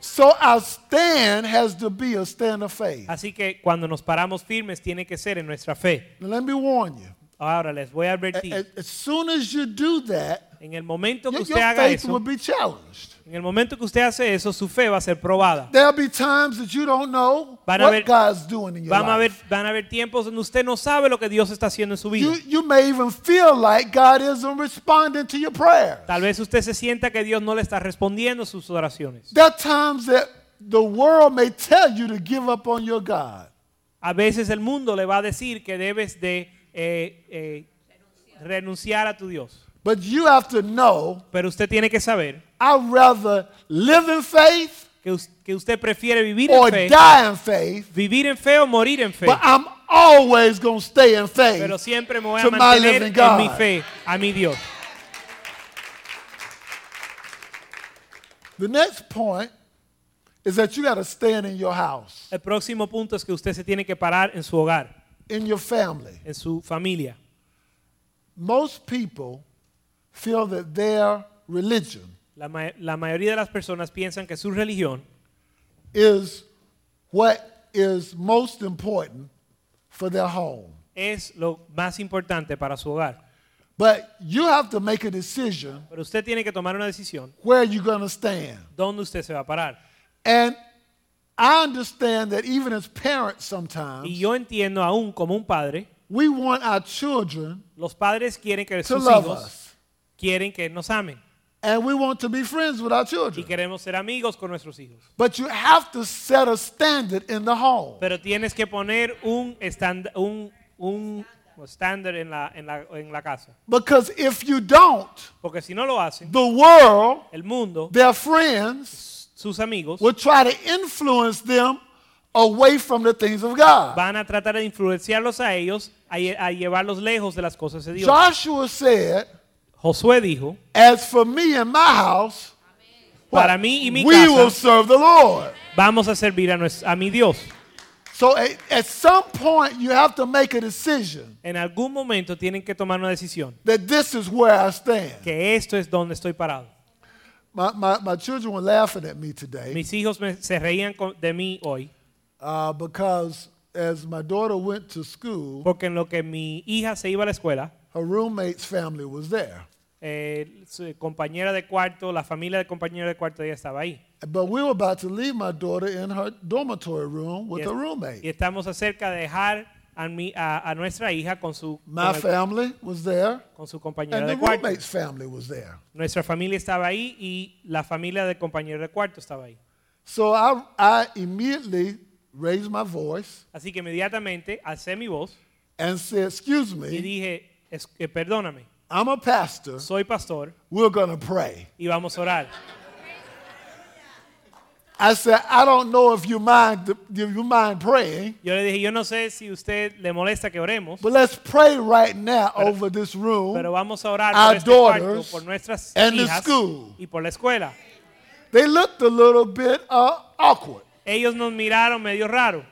Speaker 1: So our stand has to be a stand of faith.
Speaker 2: Así que cuando nos paramos firmes tiene que ser en nuestra fe.
Speaker 1: Now, let me warn you.
Speaker 2: Ahora les voy a
Speaker 1: A-
Speaker 2: advertir,
Speaker 1: a- As soon as you do that,
Speaker 2: en el momento que
Speaker 1: your,
Speaker 2: usted
Speaker 1: your
Speaker 2: haga
Speaker 1: faith will
Speaker 2: eso,
Speaker 1: be challenged.
Speaker 2: en el momento que usted hace eso, su fe va a ser probada.
Speaker 1: There'll be times that you don't know
Speaker 2: Van a
Speaker 1: what
Speaker 2: haber-
Speaker 1: God's doing in your
Speaker 2: Van a, haber,
Speaker 1: life.
Speaker 2: van a haber tiempos donde usted no sabe lo que Dios está haciendo en su vida.
Speaker 1: You, you may even feel like God isn't responding to your prayer.
Speaker 2: Tal vez usted se sienta que Dios no le está respondiendo sus oraciones.
Speaker 1: There are times that the world may tell you to give up on your God.
Speaker 2: A veces el mundo le va a decir que debes de eh, eh, renunciar a tu Dios.
Speaker 1: But you have to know,
Speaker 2: Pero usted tiene que saber
Speaker 1: I'd rather live in faith
Speaker 2: que, us- que usted prefiere vivir
Speaker 1: or
Speaker 2: en fe,
Speaker 1: die in faith,
Speaker 2: vivir en fe o morir en fe.
Speaker 1: but I'm always going to stay in faith.
Speaker 2: Pero siempre me voy a
Speaker 1: to my
Speaker 2: mantener
Speaker 1: living
Speaker 2: en mi
Speaker 1: God.
Speaker 2: fe, a mi Dios.
Speaker 1: The next point is that you got to stand in your house,
Speaker 2: El próximo punto es que usted se tiene que parar en su hogar,
Speaker 1: in your family.
Speaker 2: en su familia.
Speaker 1: Most people feel that their religion
Speaker 2: La, ma- la mayoría de las personas piensan que su religión
Speaker 1: is what is most important for their home.
Speaker 2: es lo más importante para su hogar.
Speaker 1: But you have to make a decision
Speaker 2: Pero usted tiene que tomar una decisión
Speaker 1: where you're going to stand.
Speaker 2: dónde usted se va a parar.
Speaker 1: And I understand that even as parents, sometimes
Speaker 2: Y yo entiendo aún como un padre,
Speaker 1: we want our children
Speaker 2: los padres quieren que
Speaker 1: to
Speaker 2: sus
Speaker 1: love
Speaker 2: hijos
Speaker 1: us,
Speaker 2: quieren que nos amen
Speaker 1: and we want to be friends with our
Speaker 2: y
Speaker 1: children.
Speaker 2: queremos ser amigos con nuestros hijos.
Speaker 1: But you have to set a standard in the home.
Speaker 2: Pero tienes que poner un estándar un, un estándar en la, en, la, en la casa.
Speaker 1: Because if you don't,
Speaker 2: Porque si no lo hacen,
Speaker 1: the world,
Speaker 2: el mundo,
Speaker 1: their friends,
Speaker 2: sus amigos,
Speaker 1: will try to influence them away from the things of God.
Speaker 2: van a tratar de influenciarlos a ellos, a, lle- a llevarlos lejos de las cosas de Dios.
Speaker 1: Joshua said,
Speaker 2: Josué dijo,
Speaker 1: As for me and my house, what?
Speaker 2: Para mí y mi
Speaker 1: we
Speaker 2: casa.
Speaker 1: will serve the Lord.
Speaker 2: vamos a servir a, nues- a mi Dios.
Speaker 1: So at, at some point, you have to make a decision
Speaker 2: En algún momento tienen que tomar una decisión,
Speaker 1: that this is where I stand.
Speaker 2: que esto es donde estoy parado.
Speaker 1: My, my, my children were laughing at me today
Speaker 2: Mis hijos me- se reían con- de mí hoy
Speaker 1: uh, because as my daughter went to school,
Speaker 2: porque en lo que mi hija se iba a la escuela,
Speaker 1: her roommate's family was there.
Speaker 2: eh, su compañera de cuarto, la familia de compañera de cuarto ella estaba ahí.
Speaker 1: But we were about to leave my daughter in her dormitory room with
Speaker 2: Y,
Speaker 1: a
Speaker 2: es- y
Speaker 1: roommate.
Speaker 2: estamos acerca de dejar a, mi- a- a nuestra hija con su,
Speaker 1: My
Speaker 2: con, el-
Speaker 1: family was there,
Speaker 2: con su compañera
Speaker 1: and the
Speaker 2: de cuarto.
Speaker 1: roommate's family was there.
Speaker 2: Nuestra familia estaba ahí y la familia de compañero de cuarto estaba ahí.
Speaker 1: So I, I immediately raised my voice
Speaker 2: Así que inmediatamente alcé mi voz
Speaker 1: and said, Excuse
Speaker 2: y
Speaker 1: me,
Speaker 2: dije, "Es- eh, perdóname,
Speaker 1: I'm a pastor.
Speaker 2: soy pastor
Speaker 1: We're going to pray.
Speaker 2: y vamos a orar.
Speaker 1: I said, I don't know if you mind, if you mind praying,
Speaker 2: Yo le dije, yo no sé si usted le molesta que oremos,
Speaker 1: but let's pray right now over this
Speaker 2: pero
Speaker 1: room.
Speaker 2: vamos a orar
Speaker 1: Our
Speaker 2: por, este cuarto,
Speaker 1: daughters
Speaker 2: por nuestras
Speaker 1: and the
Speaker 2: hijas
Speaker 1: school.
Speaker 2: y por la escuela.
Speaker 1: They looked a little bit uh, awkward.
Speaker 2: Ellos nos miraron medio raro.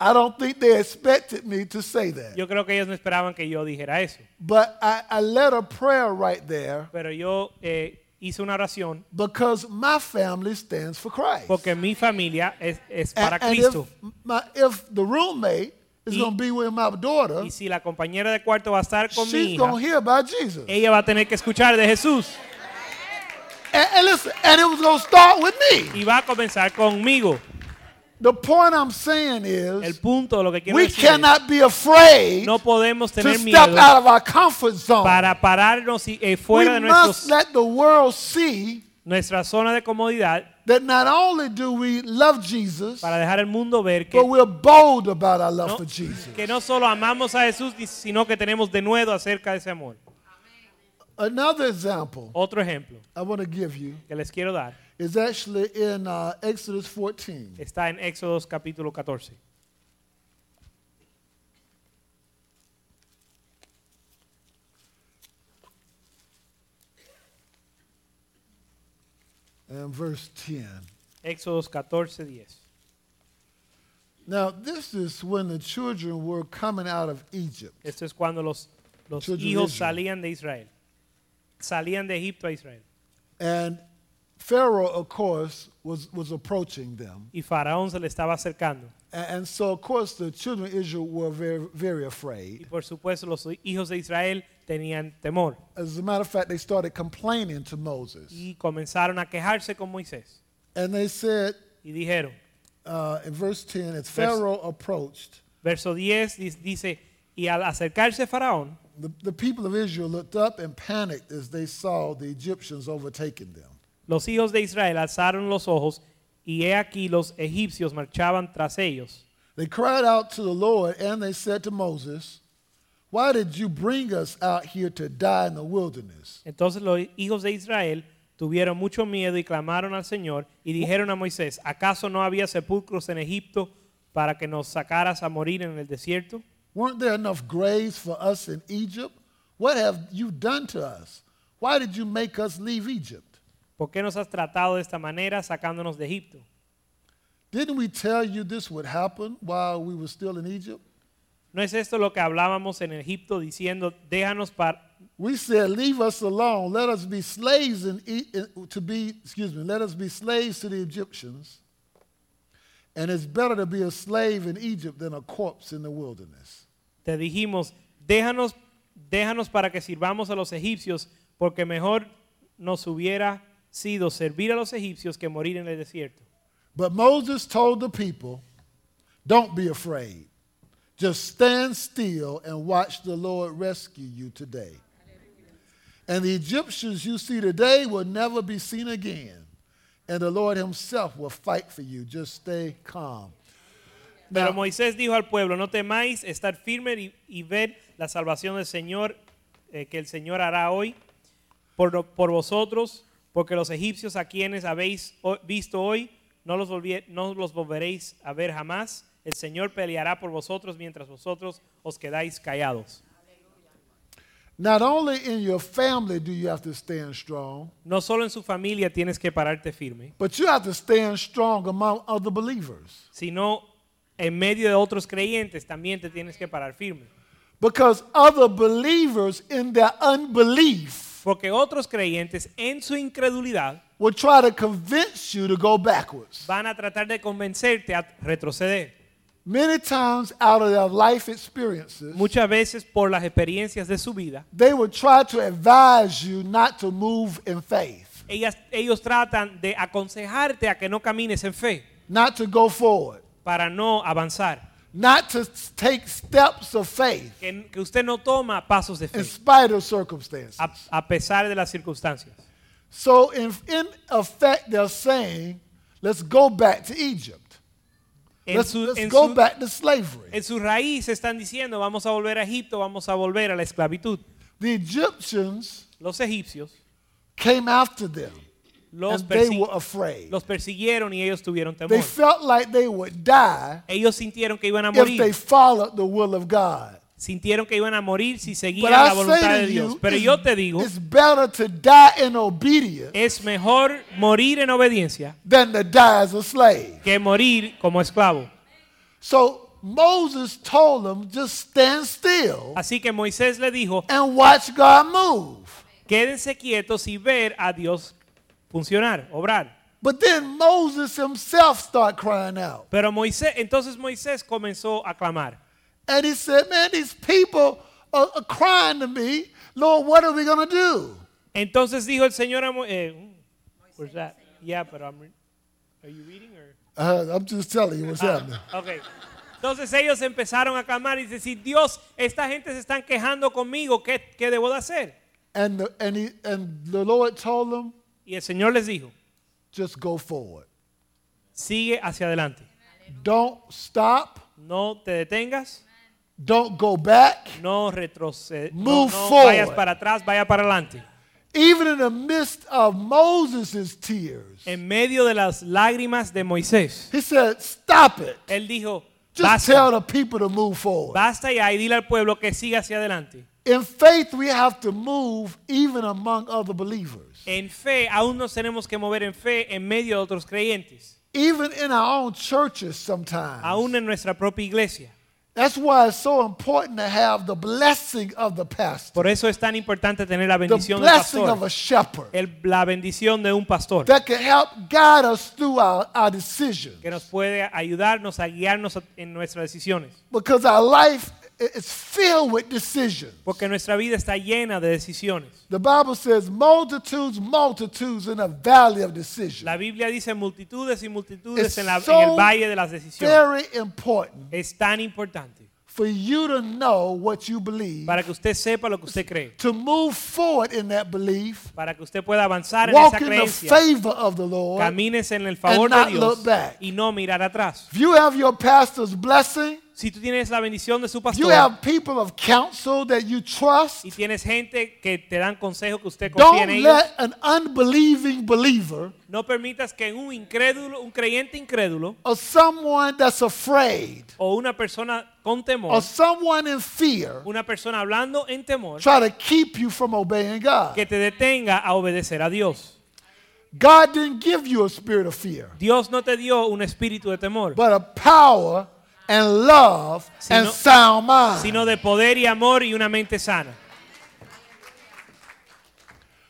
Speaker 1: I don't think they expected me to say that.
Speaker 2: Yo creo que ellos no esperaban que yo dijera eso.
Speaker 1: But I, I led a prayer right there
Speaker 2: Pero yo eh, hice una oración
Speaker 1: because my family stands for Christ.
Speaker 2: porque mi familia es, es
Speaker 1: A-
Speaker 2: para
Speaker 1: and
Speaker 2: Cristo.
Speaker 1: if, my, if the roommate is
Speaker 2: Y-
Speaker 1: going to be with my daughter,
Speaker 2: Y si la compañera de cuarto va a estar con mi
Speaker 1: she's
Speaker 2: hija,
Speaker 1: going to hear about Jesus. And,
Speaker 2: ella va a tener que escuchar de Jesús
Speaker 1: and listen, and it was going to start with me.
Speaker 2: y va a comenzar conmigo.
Speaker 1: The point I'm saying
Speaker 2: El
Speaker 1: is
Speaker 2: punto, lo que quiero
Speaker 1: we
Speaker 2: decir es,
Speaker 1: cannot be afraid
Speaker 2: no podemos
Speaker 1: to
Speaker 2: tener
Speaker 1: step
Speaker 2: miedo
Speaker 1: out of our comfort zone.
Speaker 2: para pararnos y- eh,
Speaker 1: We
Speaker 2: fuera de
Speaker 1: must
Speaker 2: nuestros
Speaker 1: let the world see
Speaker 2: nuestra zona de comodidad
Speaker 1: that not only do we love Jesus,
Speaker 2: para dejar al mundo ver que,
Speaker 1: but we're bold about our love
Speaker 2: no,
Speaker 1: for Jesus.
Speaker 2: que no solo amamos a Jesús, sino que tenemos de nuevo acerca de ese amor.
Speaker 1: Another example
Speaker 2: Otro ejemplo
Speaker 1: I want to give you
Speaker 2: que les quiero dar
Speaker 1: is actually in uh, Exodus 14.
Speaker 2: está en Éxodos capítulo 14.
Speaker 1: and verse 10.
Speaker 2: Éxodos 14, 10.
Speaker 1: Now, this is when the children were coming out of Egypt.
Speaker 2: Esto es cuando los, los
Speaker 1: Children of
Speaker 2: hijos
Speaker 1: Israel.
Speaker 2: salían de Israel. Salían de Egipto a Israel.
Speaker 1: And Pharaoh, of course, was, was approaching them.
Speaker 2: Y Faraón se le estaba acercando.
Speaker 1: A- And, so, of course, the children of Israel were very, very
Speaker 2: Y
Speaker 1: afraid.
Speaker 2: por supuesto los hijos de Israel tenían temor.
Speaker 1: As a matter of fact, they started complaining to Moses.
Speaker 2: Y comenzaron a quejarse con Moisés.
Speaker 1: And they said,
Speaker 2: Y dijeron,
Speaker 1: uh, in verse 10, as Pharaoh approached,
Speaker 2: verso 10 di- dice, y al acercarse Faraón,
Speaker 1: the, the people of Israel looked up and panicked as they saw the Egyptians overtaking them.
Speaker 2: los hijos de Israel alzaron los ojos y he aquí los egipcios marchaban tras ellos.
Speaker 1: They cried out to the Lord and they said to Moses, Why did you bring us out here to die in the wilderness?
Speaker 2: Entonces los hijos de Israel tuvieron mucho miedo y clamaron al Señor y dijeron a Moisés, ¿acaso no había sepulcros en Egipto para que nos sacaras a morir en el desierto?
Speaker 1: Weren't there enough graves for us in Egypt? What have you done to us? Why did you make us leave Egypt?
Speaker 2: ¿Por qué nos has tratado de esta manera sacándonos de Egipto?
Speaker 1: Didn't we tell you this would happen while we were still in Egypt?
Speaker 2: ¿No es esto lo que hablábamos en Egipto diciendo, déjanos para...
Speaker 1: We said, Leave us alone. Let us be slaves in, E- in- to be, excuse me, let us be slaves to the Egyptians. And it's better to be a slave in Egypt than a corpse in the wilderness.
Speaker 2: Te dijimos, déjanos, déjanos para que sirvamos a los egipcios, porque mejor nos hubiera sido servir a los egipcios que morir en el desierto.
Speaker 1: But Moses told the people, Don't be afraid. Just stand still and watch the Lord rescue you today. And the Egyptians you see today will never be seen again. And the Lord Himself will fight for you. Just stay calm.
Speaker 2: Pero
Speaker 1: Now-
Speaker 2: Moisés dijo al pueblo, no temáis, estar firme y, y ver la salvación del Señor, eh, que el Señor hará hoy por, lo- por vosotros, porque los egipcios a quienes habéis ho- visto hoy, no los, volvie- no los volveréis a ver jamás. El Señor peleará por vosotros mientras vosotros os quedáis callados.
Speaker 1: Not only in your family do you have to stand strong,
Speaker 2: No solo en su familia tienes que pararte firme,
Speaker 1: but you have to stand strong among other believers.
Speaker 2: sino en medio de otros creyentes también te tienes que parar firme.
Speaker 1: Because other believers in their unbelief
Speaker 2: Porque otros creyentes en su incredulidad
Speaker 1: will try to convince you to go backwards.
Speaker 2: van a tratar de convencerte a retroceder.
Speaker 1: Many times out of their life experiences,
Speaker 2: Muchas veces por las experiencias de su vida,
Speaker 1: they will try to advise you not to move in faith,
Speaker 2: ellas, ellos tratan de aconsejarte a que no camines en fe
Speaker 1: not to go forward,
Speaker 2: para no avanzar,
Speaker 1: not to s- take steps of faith
Speaker 2: que, que usted no toma pasos de fe
Speaker 1: in spite of circumstances.
Speaker 2: a, a pesar de las circunstancias.
Speaker 1: So, in, in effect, they're saying, let's go back to Egypt.
Speaker 2: En,
Speaker 1: let's
Speaker 2: su-
Speaker 1: let's
Speaker 2: en
Speaker 1: go
Speaker 2: su-
Speaker 1: back to slavery.
Speaker 2: en su raíz están diciendo, vamos a volver a Egipto, vamos a volver a la esclavitud.
Speaker 1: the Egyptians
Speaker 2: Los egipcios
Speaker 1: came after them,
Speaker 2: los,
Speaker 1: and they
Speaker 2: persi-
Speaker 1: were afraid.
Speaker 2: los persiguieron y ellos tuvieron
Speaker 1: They
Speaker 2: temor.
Speaker 1: felt like they would die
Speaker 2: Ellos sintieron que iban a
Speaker 1: if they
Speaker 2: morir.
Speaker 1: followed the will of God.
Speaker 2: Sintieron que iban a morir si
Speaker 1: But
Speaker 2: seguían la
Speaker 1: I
Speaker 2: voluntad
Speaker 1: say
Speaker 2: de
Speaker 1: to
Speaker 2: Dios.
Speaker 1: you,
Speaker 2: Pero
Speaker 1: it's,
Speaker 2: yo te digo,
Speaker 1: it's better to die in obedience
Speaker 2: es mejor morir en obediencia
Speaker 1: than to die as a slave.
Speaker 2: que morir como esclavo.
Speaker 1: So Moses told them, just stand still
Speaker 2: Así que Moisés le dijo,
Speaker 1: and watch God move.
Speaker 2: quédense quietos y ver a Dios funcionar, obrar.
Speaker 1: But then Moses himself started crying out.
Speaker 2: Pero Moisés, entonces Moisés comenzó a clamar.
Speaker 1: And he said, Man, these people are, are crying to me. Lord, what are we going to do?
Speaker 2: Entonces dijo el Señor a Moisés, where's that? Yeah, but I'm re- are you reading or-
Speaker 1: Uh, I'm just telling you what's happening.
Speaker 2: Okay. Entonces ellos empezaron a clamar y decir, Dios, esta gente se están quejando conmigo, ¿qué, qué debo de hacer?
Speaker 1: And the, and, he, and the Lord told them,
Speaker 2: Y el Señor les dijo,
Speaker 1: Just go forward.
Speaker 2: sigue hacia adelante.
Speaker 1: Don't stop.
Speaker 2: No te detengas,
Speaker 1: Don't go back.
Speaker 2: no retrocedas, no,
Speaker 1: Move
Speaker 2: no
Speaker 1: forward.
Speaker 2: vayas para atrás, vaya para adelante.
Speaker 1: Even in the midst of Moses' tears,
Speaker 2: En medio de las lágrimas de Moisés,
Speaker 1: he said, Stop it.
Speaker 2: él dijo,
Speaker 1: Just tell
Speaker 2: basta,
Speaker 1: the people to move forward.
Speaker 2: basta ya y dile al pueblo que siga hacia adelante.
Speaker 1: In faith, we have to move even among other believers.
Speaker 2: En fe, aún nos tenemos que mover en fe en medio de otros creyentes,
Speaker 1: Even in our own churches sometimes.
Speaker 2: aún en nuestra propia iglesia.
Speaker 1: That's why it's so important to have the blessing of the pastor,
Speaker 2: Por eso es tan importante tener la
Speaker 1: the
Speaker 2: bendición del
Speaker 1: blessing of a
Speaker 2: pastor,
Speaker 1: shepherd
Speaker 2: el- la bendición de un pastor,
Speaker 1: that can help guide us through our, our decisions.
Speaker 2: que nos puede ayudarnos a guiarnos a- en nuestras decisiones.
Speaker 1: Because our life i- is filled with decisions.
Speaker 2: Porque nuestra vida está llena de decisiones.
Speaker 1: The Bible says multitudes, multitudes in a valley of
Speaker 2: La
Speaker 1: decisions.
Speaker 2: Biblia dice multitudes y multitudes
Speaker 1: It's
Speaker 2: en, la- en
Speaker 1: so
Speaker 2: el valle de las decisiones.
Speaker 1: Very important
Speaker 2: Es tan importante
Speaker 1: for you to know what you believe,
Speaker 2: para que usted sepa lo que usted cree,
Speaker 1: to move forward in that belief,
Speaker 2: para que usted pueda avanzar en esa
Speaker 1: walk in the
Speaker 2: creencia.
Speaker 1: favor of the Lord.
Speaker 2: Camines en el favor
Speaker 1: not
Speaker 2: de Dios
Speaker 1: look back.
Speaker 2: y no mirar atrás.
Speaker 1: If you have your pastor's blessing,
Speaker 2: Si tú tienes la bendición de su
Speaker 1: If You
Speaker 2: pastor
Speaker 1: have people of counsel that you trust.
Speaker 2: y tienes gente que te dan consejo que usted confía en
Speaker 1: Don't
Speaker 2: ellos,
Speaker 1: let an unbelieving believer
Speaker 2: no permitas que un incrédulo, un creyente incrédulo
Speaker 1: or someone that's afraid
Speaker 2: o una persona con temor,
Speaker 1: or someone in fear
Speaker 2: una persona hablando en temor,
Speaker 1: try to keep you from obeying
Speaker 2: que
Speaker 1: God.
Speaker 2: te detenga a obedecer a Dios.
Speaker 1: God didn't give you a spirit of fear,
Speaker 2: Dios no te dio un espíritu de temor,
Speaker 1: but a power and love
Speaker 2: Sino-
Speaker 1: and sound mind.
Speaker 2: sino de poder y amor y una mente sana.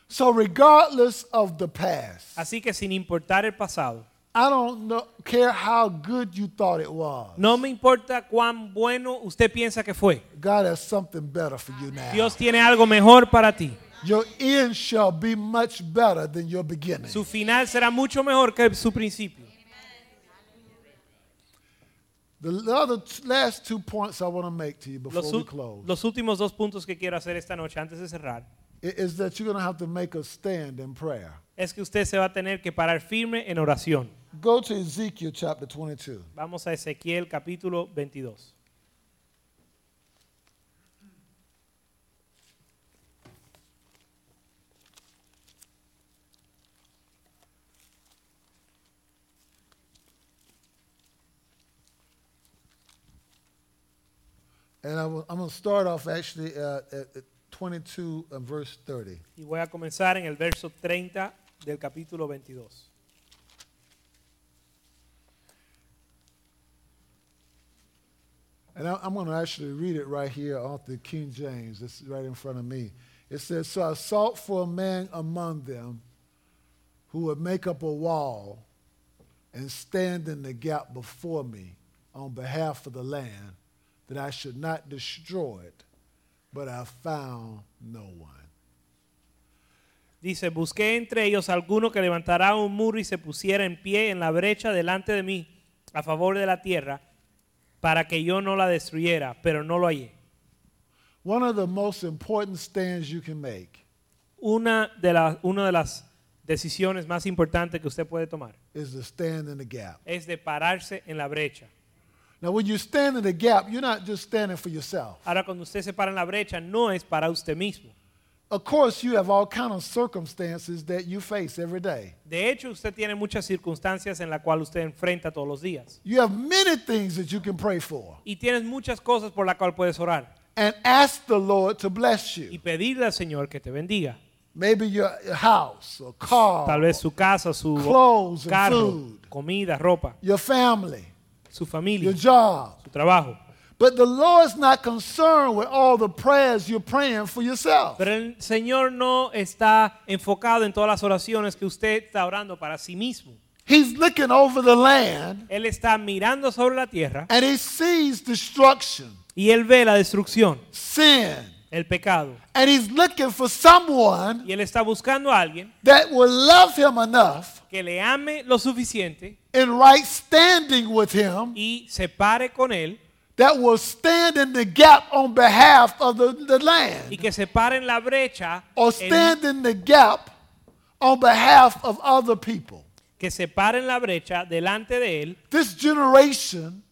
Speaker 1: So regardless of the past,
Speaker 2: Así que sin importar el pasado,
Speaker 1: I don't know, care how good you thought it was.
Speaker 2: no me importa cuán bueno usted piensa que fue.
Speaker 1: God has something better for you now.
Speaker 2: Dios tiene algo mejor para ti.
Speaker 1: Your end shall be much better than your beginning.
Speaker 2: Su final será mucho mejor que su principio.
Speaker 1: The l- other t- last two points I want to make to you before
Speaker 2: Los,
Speaker 1: we
Speaker 2: ul-
Speaker 1: close
Speaker 2: los últimos dos puntos que quiero hacer esta noche antes de cerrar
Speaker 1: i- is that you're going to have to make a stand in prayer.
Speaker 2: es que usted se va a tener que parar firme en oración.
Speaker 1: Go to Ezekiel chapter 22.
Speaker 2: Vamos a Ezequiel capítulo 22.
Speaker 1: And I w- I'm going to start off actually uh, at, at 22 and verse 30.
Speaker 2: Y voy a comenzar en el verso 30 del capítulo 22.
Speaker 1: And I, I'm going to actually read it right here off the King James. It's right in front of me. It says, So I sought for a man among them who would make up a wall and stand in the gap before me on behalf of the land that I should not destroy it, but I found no one.
Speaker 2: Dice, busqué entre ellos alguno que levantara un muro y se pusiera en pie en la brecha delante de mí a favor de la tierra para que yo no la destruyera, pero no lo hallé.
Speaker 1: One of the most important stands you can make
Speaker 2: Una de, las una de las decisiones más importantes que usted puede tomar
Speaker 1: is to stand in the gap.
Speaker 2: es de pararse en la brecha.
Speaker 1: Now, when you stand in the gap, you're not just standing for yourself.
Speaker 2: Ahora, cuando usted se para en la brecha, no es para usted mismo.
Speaker 1: Of course, you have all kind of circumstances that you face every day.
Speaker 2: De hecho, usted tiene muchas circunstancias en las cuales usted enfrenta todos los días.
Speaker 1: You have many things that you can pray for
Speaker 2: Y tienes muchas cosas por las cuales puedes orar
Speaker 1: and ask the Lord to bless
Speaker 2: y
Speaker 1: you.
Speaker 2: pedirle al Señor que te bendiga.
Speaker 1: Maybe your your house or car,
Speaker 2: Tal vez su casa, su
Speaker 1: Oh, Clothes and
Speaker 2: carro,
Speaker 1: food.
Speaker 2: comida, ropa,
Speaker 1: your family,
Speaker 2: su
Speaker 1: your
Speaker 2: familia,
Speaker 1: job.
Speaker 2: su trabajo.
Speaker 1: But the Lord's not concerned with all the prayers you're praying for yourself.
Speaker 2: Pero el Señor no está enfocado en todas las oraciones que usted está orando para sí mismo.
Speaker 1: He's looking over the land
Speaker 2: Él está mirando sobre la tierra
Speaker 1: and he sees destruction,
Speaker 2: y él ve la destrucción,
Speaker 1: sin,
Speaker 2: el pecado.
Speaker 1: and he's looking for someone
Speaker 2: Y él está buscando a alguien
Speaker 1: that will love him enough
Speaker 2: que le ame lo suficiente
Speaker 1: in right standing with him
Speaker 2: y se pare con él
Speaker 1: that will stand in the gap on behalf of the, the
Speaker 2: y
Speaker 1: land
Speaker 2: que se pare en la brecha
Speaker 1: or
Speaker 2: en,
Speaker 1: stand in the gap on behalf of other people.
Speaker 2: que se paren la brecha delante de él
Speaker 1: This generation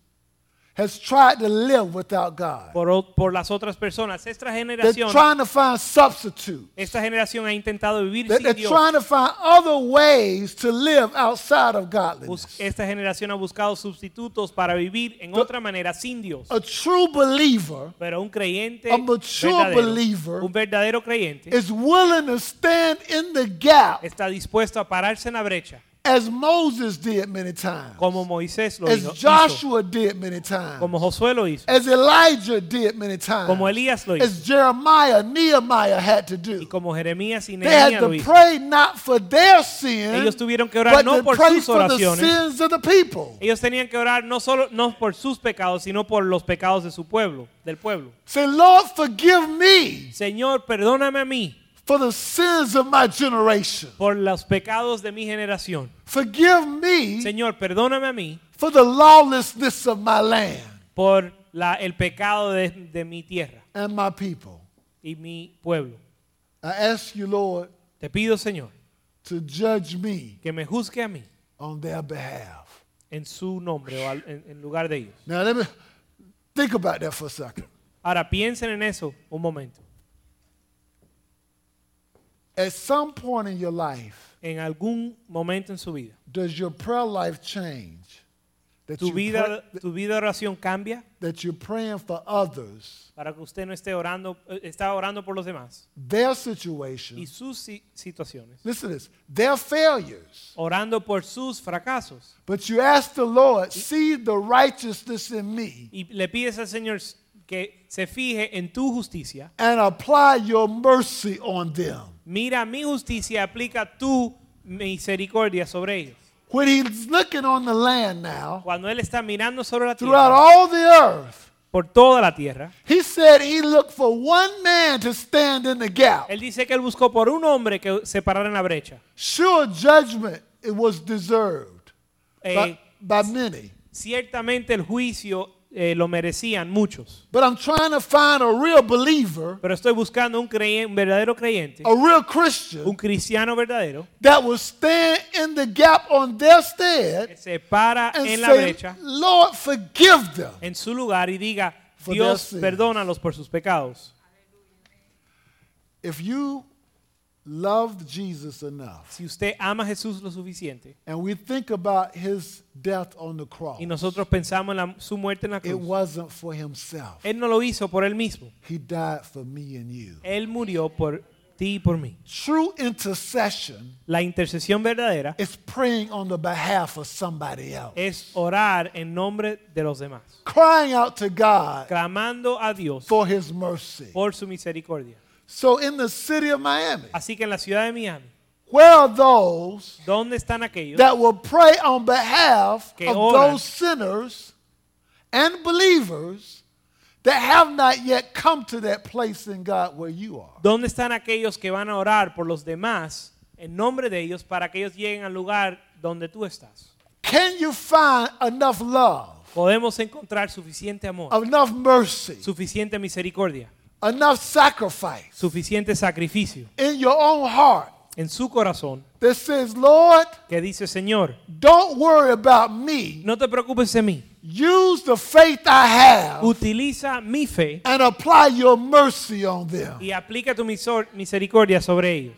Speaker 1: has tried to live without God.
Speaker 2: por, o- por las otras personas. Esta
Speaker 1: They're
Speaker 2: generación,
Speaker 1: trying to find substitutes.
Speaker 2: esta generación ha intentado vivir
Speaker 1: They-
Speaker 2: sin
Speaker 1: They're
Speaker 2: Dios.
Speaker 1: trying to find other ways to live outside of
Speaker 2: Bus-
Speaker 1: godliness.
Speaker 2: Esta generación ha buscado sustitutos para vivir en otra manera sin Dios.
Speaker 1: A true believer
Speaker 2: Pero un creyente,
Speaker 1: a mature believer
Speaker 2: verdadero, un verdadero creyente,
Speaker 1: is willing to stand in the gap
Speaker 2: está dispuesto a pararse en la brecha,
Speaker 1: as Moses did many times,
Speaker 2: como Moisés lo
Speaker 1: as
Speaker 2: hizo,
Speaker 1: Joshua did many times,
Speaker 2: como Josué lo hizo,
Speaker 1: as Elijah did many times,
Speaker 2: como Elías lo hizo,
Speaker 1: as Jeremiah, Nehemiah had to
Speaker 2: y
Speaker 1: do.
Speaker 2: como Jeremías y
Speaker 1: They had
Speaker 2: Nehemías lo
Speaker 1: to
Speaker 2: hizo.
Speaker 1: pray not for their sin,
Speaker 2: Ellos tuvieron que
Speaker 1: but
Speaker 2: orar no
Speaker 1: to
Speaker 2: por
Speaker 1: pray
Speaker 2: sus
Speaker 1: for the
Speaker 2: oraciones,
Speaker 1: sins of the people.
Speaker 2: Ellos tenían que orar no solo no por sus pecados, sino por los pecados de su pueblo, del pueblo.
Speaker 1: Say, Lord, forgive me
Speaker 2: Señor, perdóname a mí
Speaker 1: for the sins of my generation.
Speaker 2: por los pecados de mi generación.
Speaker 1: Forgive me
Speaker 2: Señor, perdóname a mí
Speaker 1: for the lawlessness of my land
Speaker 2: por la- el pecado de, de mi tierra
Speaker 1: and my people.
Speaker 2: y mi pueblo.
Speaker 1: I ask you, Lord,
Speaker 2: Te pido, Señor,
Speaker 1: to judge me
Speaker 2: que me juzgue a mí
Speaker 1: on their behalf.
Speaker 2: en su nombre o al- en, en lugar de ellos.
Speaker 1: Now, let me think about that for a second.
Speaker 2: Ahora piensen en eso un momento.
Speaker 1: At some point in your life,
Speaker 2: En algún momento en su vida,
Speaker 1: does your prayer life change? That,
Speaker 2: tu
Speaker 1: you
Speaker 2: vida,
Speaker 1: pray-
Speaker 2: tu vida de oración cambia
Speaker 1: that you're praying for others,
Speaker 2: para que usted no esté orando, eh, está orando por los demás.
Speaker 1: their
Speaker 2: y
Speaker 1: situations.
Speaker 2: sus si- situaciones,
Speaker 1: Listen to this their failures.
Speaker 2: orando por sus fracasos.
Speaker 1: But you ask the Lord, see the righteousness in me
Speaker 2: Y le pides al Señor s- que se fije en tu justicia.
Speaker 1: and apply your mercy on them.
Speaker 2: Mira mi justicia, aplica tu misericordia sobre ellos.
Speaker 1: When he's looking on the land now,
Speaker 2: Cuando Él está mirando sobre la
Speaker 1: throughout
Speaker 2: tierra,
Speaker 1: all the earth,
Speaker 2: por toda la tierra,
Speaker 1: he said he looked for one man to stand in the gap.
Speaker 2: Él dice que Él buscó por un hombre que se parara en la brecha.
Speaker 1: Sure, judgment it was deserved by,
Speaker 2: Eh,
Speaker 1: by many.
Speaker 2: ciertamente el juicio eh, lo merecían muchos,
Speaker 1: But I'm trying to find a real believer,
Speaker 2: pero estoy buscando un, creyen- un verdadero creyente,
Speaker 1: a real
Speaker 2: un
Speaker 1: Christian,
Speaker 2: cristiano verdadero,
Speaker 1: that will stand in the gap on their stead
Speaker 2: que se para
Speaker 1: and
Speaker 2: en la
Speaker 1: say,
Speaker 2: brecha
Speaker 1: Lord, forgive them.
Speaker 2: en su lugar y diga,
Speaker 1: For their
Speaker 2: Dios
Speaker 1: sins.
Speaker 2: perdónalos por sus pecados.
Speaker 1: If you loved Jesus enough,
Speaker 2: Si usted ama a Jesús lo suficiente
Speaker 1: and we think about his death on the cross,
Speaker 2: y nosotros pensamos en la- su muerte en la
Speaker 1: it
Speaker 2: cruz,
Speaker 1: wasn't for himself.
Speaker 2: Él no lo hizo por Él mismo.
Speaker 1: He died for me and you.
Speaker 2: Él murió por ti y por mí.
Speaker 1: True intercession
Speaker 2: La intercesión verdadera
Speaker 1: is praying on the behalf of somebody else.
Speaker 2: es orar en nombre de los demás,
Speaker 1: Crying out to God
Speaker 2: clamando a Dios
Speaker 1: for his mercy.
Speaker 2: por su misericordia.
Speaker 1: So in the city of Miami,
Speaker 2: Así que en la ciudad de Miami,
Speaker 1: where are those
Speaker 2: ¿dónde están aquellos
Speaker 1: that will pray on behalf
Speaker 2: Que
Speaker 1: of
Speaker 2: oran.
Speaker 1: those sinners and believers that have not yet come to that place in God where you are?
Speaker 2: ¿Dónde están aquellos que van a orar por los demás en nombre de ellos para que ellos lleguen al lugar donde tú estás?
Speaker 1: Can you find enough love,
Speaker 2: Podemos encontrar suficiente amor.
Speaker 1: enough mercy,
Speaker 2: suficiente misericordia,
Speaker 1: enough sacrifice
Speaker 2: suficiente sacrificio
Speaker 1: in your own heart
Speaker 2: en su corazón
Speaker 1: that says, Lord,
Speaker 2: que dice, Señor,
Speaker 1: don't worry about me.
Speaker 2: no te preocupes de mí,
Speaker 1: Use the faith I have
Speaker 2: utiliza mi fe
Speaker 1: and apply your mercy on them.
Speaker 2: y aplica tu misor- misericordia sobre ellos.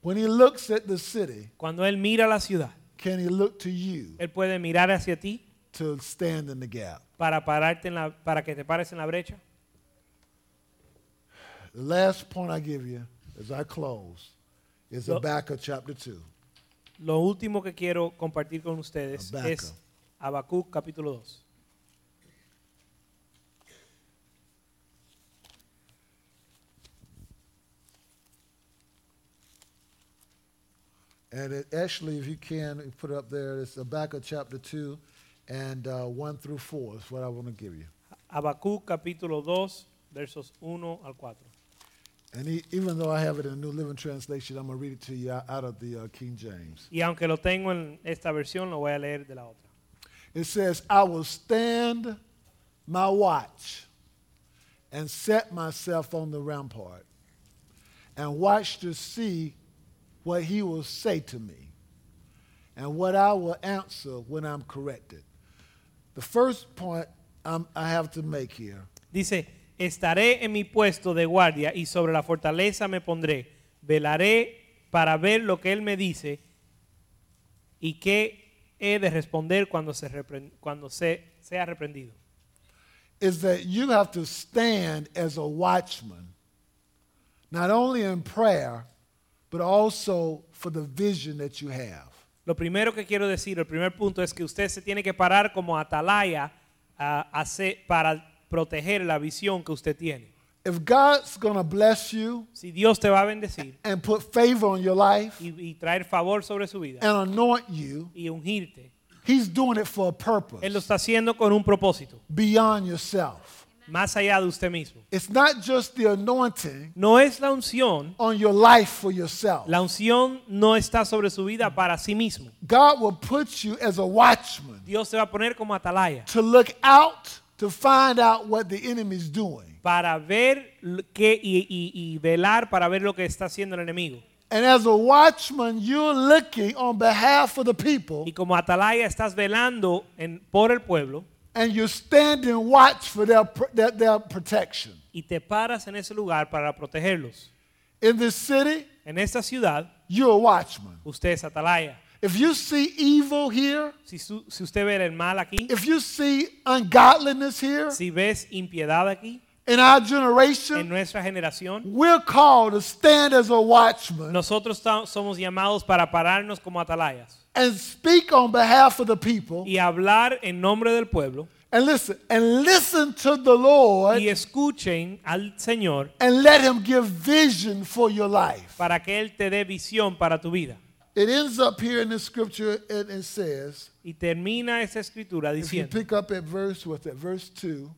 Speaker 1: When he looks at the city,
Speaker 2: Cuando Él mira la ciudad,
Speaker 1: can he look to you
Speaker 2: Él puede mirar hacia ti
Speaker 1: to stand in the gap?
Speaker 2: para, pararte en la, para que te pares en la brecha.
Speaker 1: The last point I give you as I close is
Speaker 2: Lo-
Speaker 1: Habakkuk chapter 2.
Speaker 2: Lo último que quiero compartir con ustedes
Speaker 1: Habacuc.
Speaker 2: es Habacuc capítulo 2.
Speaker 1: And it, actually, if you can, you put it up there. It's Habakkuk chapter 2 and uh, 1 through 4 is what I want to give you.
Speaker 2: Habacuc capítulo 2, versos 1 al 4.
Speaker 1: And e even though I have it in the New Living Translation, I'm going to read it to you out out of the uh, King James.
Speaker 2: Y aunque lo tengo en esta versión, lo voy a leer de la otra.
Speaker 1: It says, I will stand my watch and set myself on the rampart and watch to see what he will say to me and what I will answer when I'm corrected. The first point I'm, I have to make here
Speaker 2: Dice, estaré en mi puesto de guardia y sobre la fortaleza me pondré. Velaré para ver lo que él me dice y qué he de responder cuando, se repren- cuando se- sea reprendido.
Speaker 1: is that you have to stand as a watchman, not only in prayer, but also for the vision that you have.
Speaker 2: Lo primero que quiero decir, el primer punto es que usted se tiene que parar como atalaya a- a se- para proteger la visión que usted tiene.
Speaker 1: If God's going to bless you
Speaker 2: Si Dios te va a bendecir
Speaker 1: and put favor on your life
Speaker 2: y, y traer favor sobre su vida
Speaker 1: and anoint you,
Speaker 2: y ungirte,
Speaker 1: He's doing it for a
Speaker 2: Él lo
Speaker 1: purpose
Speaker 2: está haciendo con un propósito,
Speaker 1: beyond yourself.
Speaker 2: más allá de usted mismo.
Speaker 1: It's not just the anointing
Speaker 2: No es la unción,
Speaker 1: on your life for yourself.
Speaker 2: la unción no está sobre su vida para sí mismo.
Speaker 1: God will put you as a watchman
Speaker 2: Dios te va a poner como atalaya
Speaker 1: to look out to find out what the enemy's doing.
Speaker 2: para ver lo que, y- y- y velar para ver lo que está haciendo el enemigo.
Speaker 1: And as a watchman, you're looking on behalf of the people
Speaker 2: Y como atalaya estás velando en- por el pueblo
Speaker 1: and you're standing watch for their, pr- their, their protection.
Speaker 2: y te paras en ese lugar para protegerlos.
Speaker 1: In this city,
Speaker 2: En esta ciudad,
Speaker 1: you're a watchman.
Speaker 2: usted es atalaya.
Speaker 1: If you see evil here,
Speaker 2: Si, su- si usted ve el mal aquí,
Speaker 1: if you see ungodliness here
Speaker 2: si ves impiedad aquí,
Speaker 1: in our
Speaker 2: en
Speaker 1: generation,
Speaker 2: nuestra generación,
Speaker 1: we're called to stand as a watchman
Speaker 2: nosotros ta- somos llamados para pararnos como atalayas
Speaker 1: and speak on behalf of the people.
Speaker 2: y hablar en nombre del pueblo
Speaker 1: And listen, and listen to the Lord
Speaker 2: y escuchen al Señor
Speaker 1: and let Him give vision for your life.
Speaker 2: para que Él te dé visión para tu vida.
Speaker 1: It ends up here in the scripture and it says,
Speaker 2: Y termina esta escritura
Speaker 1: if you
Speaker 2: diciendo,
Speaker 1: pick up at verse, what's that, verse 2,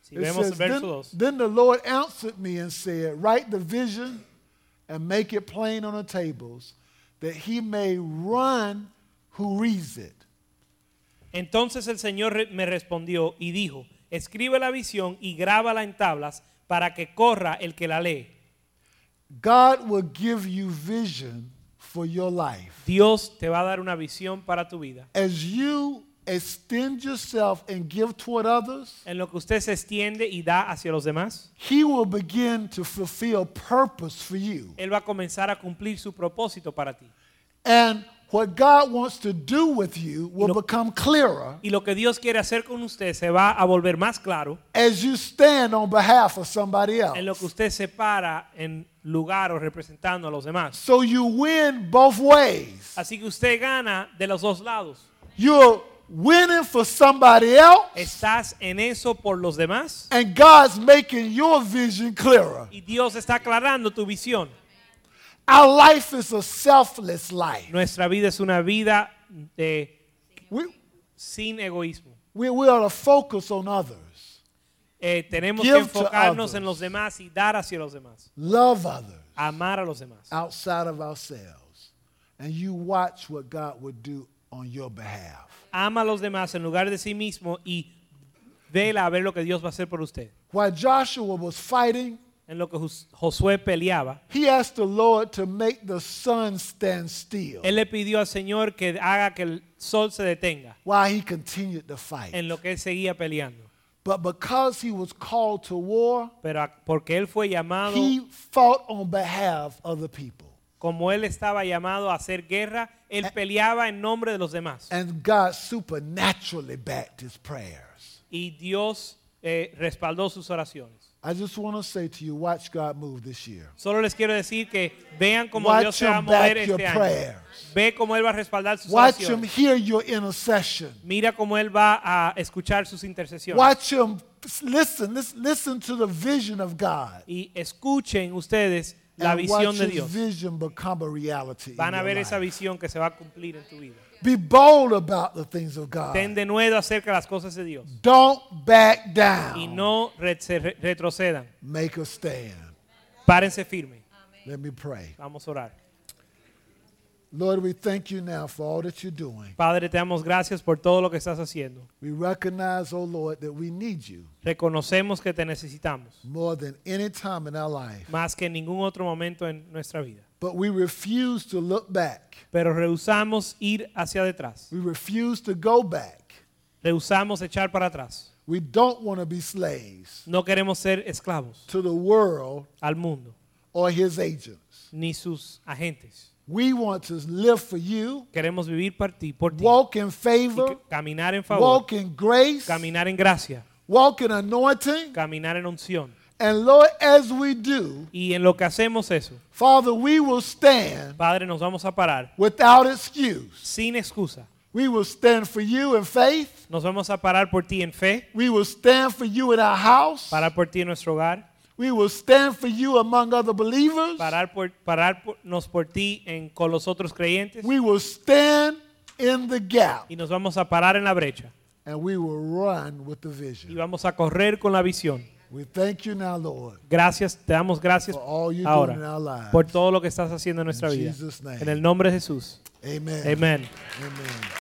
Speaker 2: si
Speaker 1: it
Speaker 2: vemos el
Speaker 1: says,
Speaker 2: verso
Speaker 1: then, then
Speaker 2: 2,
Speaker 1: the Lord answered me and said, Write the vision and make it plain on the tables, that he may run who reads it.
Speaker 2: Entonces el Señor re- me respondió y dijo, escribe la visión y grábala en tablas para que corra el que la lee.
Speaker 1: God will give you vision for your life.
Speaker 2: Dios te va a dar una visión para tu vida.
Speaker 1: As you extend yourself and give toward others,
Speaker 2: En lo que usted se extiende y da hacia los demás,
Speaker 1: he will begin to fulfill purpose for you.
Speaker 2: Él va a comenzar a cumplir su propósito para ti.
Speaker 1: And what God wants to do with you will
Speaker 2: lo-
Speaker 1: become clearer
Speaker 2: Y lo que Dios quiere hacer con usted se va a volver más claro
Speaker 1: as you stand on behalf of somebody
Speaker 2: en lo que
Speaker 1: else.
Speaker 2: usted se para en lugar o representando a los demás.
Speaker 1: So you win both ways.
Speaker 2: Así que usted gana de los dos lados.
Speaker 1: You're winning for somebody else,
Speaker 2: Estás en eso por los demás
Speaker 1: and God's making your vision clearer.
Speaker 2: y Dios está aclarando tu visión.
Speaker 1: Our life is a selfless life.
Speaker 2: Nuestra vida es una vida de,
Speaker 1: We,
Speaker 2: sin egoísmo.
Speaker 1: we, we are to focus on others,
Speaker 2: Eh, tenemos
Speaker 1: Give
Speaker 2: que
Speaker 1: to
Speaker 2: enfocarnos en
Speaker 1: others.
Speaker 2: los demás y dar hacia los demás.
Speaker 1: love others
Speaker 2: Amar a los demás.
Speaker 1: outside of ourselves. And you watch what God will do on your behalf.
Speaker 2: Ama a los demás en lugar de sí mismo y vela a ver lo que Dios va a hacer por usted.
Speaker 1: While Joshua was fighting,
Speaker 2: En lo que Jos- Josué peleaba,
Speaker 1: he asked the Lord to make the sun stand still
Speaker 2: él le pidió al Señor que haga que el sol se detenga
Speaker 1: while he continued the fight.
Speaker 2: en lo que él seguía peleando.
Speaker 1: But because he was called to war,
Speaker 2: Pero a- porque él fue llamado,
Speaker 1: he fought on behalf of the people.
Speaker 2: como él estaba llamado a hacer guerra,
Speaker 1: Eh.
Speaker 2: él peleaba en nombre de los demás.
Speaker 1: And God supernaturally backed his prayers.
Speaker 2: Y Dios eh, respaldó sus oraciones.
Speaker 1: I just want to say to you, watch God move this year.
Speaker 2: Solo les quiero decir que vean cómo
Speaker 1: Watch
Speaker 2: Dios se va a
Speaker 1: him
Speaker 2: mover
Speaker 1: back your
Speaker 2: este año.
Speaker 1: prayers.
Speaker 2: Ve cómo Él va a respaldar sus
Speaker 1: Watch him
Speaker 2: oraciones.
Speaker 1: hear your intercession.
Speaker 2: Mira cómo Él va a escuchar sus intercesiones.
Speaker 1: Watch him listen, listen, listen to the vision of God.
Speaker 2: Y escuchen ustedes la
Speaker 1: and
Speaker 2: visión
Speaker 1: watch
Speaker 2: de
Speaker 1: his
Speaker 2: Dios.
Speaker 1: vision become a reality. in
Speaker 2: Van a
Speaker 1: your
Speaker 2: ver esa
Speaker 1: life.
Speaker 2: visión que se va a cumplir en tu vida.
Speaker 1: Be bold about the things of God.
Speaker 2: Ten de nuevo acerca de las cosas de Dios.
Speaker 1: Don't back down.
Speaker 2: Y no re- se re- retrocedan.
Speaker 1: Make a stand.
Speaker 2: Párense firme.
Speaker 1: Let me pray.
Speaker 2: Vamos a orar.
Speaker 1: Lord, we thank you now for all that you're doing.
Speaker 2: Padre, te damos gracias por todo lo que estás haciendo.
Speaker 1: We recognize, oh Lord, that we need you
Speaker 2: Reconocemos que te necesitamos
Speaker 1: more than any time in our life.
Speaker 2: más que en ningún otro momento en nuestra vida.
Speaker 1: But we refuse to look back.
Speaker 2: pero rehusamos ir hacia detrás.
Speaker 1: We refuse to go back.
Speaker 2: Rehusamos echar para atrás.
Speaker 1: We don't want to be slaves
Speaker 2: No queremos ser esclavos
Speaker 1: to the world
Speaker 2: al mundo
Speaker 1: or his agents.
Speaker 2: ni sus agentes.
Speaker 1: We want to live for you,
Speaker 2: Queremos vivir por ti, por ti.
Speaker 1: walk in
Speaker 2: Y
Speaker 1: favor,
Speaker 2: que- caminar en favor,
Speaker 1: walk in grace,
Speaker 2: caminar en gracia,
Speaker 1: walk in anointing.
Speaker 2: caminar en unción.
Speaker 1: And Lord, as we do,
Speaker 2: Y en lo que hacemos eso,
Speaker 1: Father, we will stand
Speaker 2: Padre, nos vamos a parar
Speaker 1: without excuse.
Speaker 2: sin excusa.
Speaker 1: We will stand for you in faith.
Speaker 2: Nos vamos a parar por ti en fe,
Speaker 1: We will stand for you in our house.
Speaker 2: parar por ti en nuestro hogar,
Speaker 1: We will stand for you among other believers.
Speaker 2: parar por pararnos por ti en con los otros creyentes
Speaker 1: We will stand in the gap
Speaker 2: y nos vamos a parar en la brecha
Speaker 1: and we will run with the
Speaker 2: y
Speaker 1: vision.
Speaker 2: vamos a correr con la visión.
Speaker 1: We thank you now, Lord.
Speaker 2: Gracias, te damos gracias
Speaker 1: For all you're doing in our
Speaker 2: ahora
Speaker 1: lives.
Speaker 2: por todo lo que estás haciendo en nuestra
Speaker 1: In
Speaker 2: vida.
Speaker 1: Jesus' name.
Speaker 2: En el nombre de Jesús.
Speaker 1: Amen.
Speaker 2: Amén.
Speaker 1: Amen.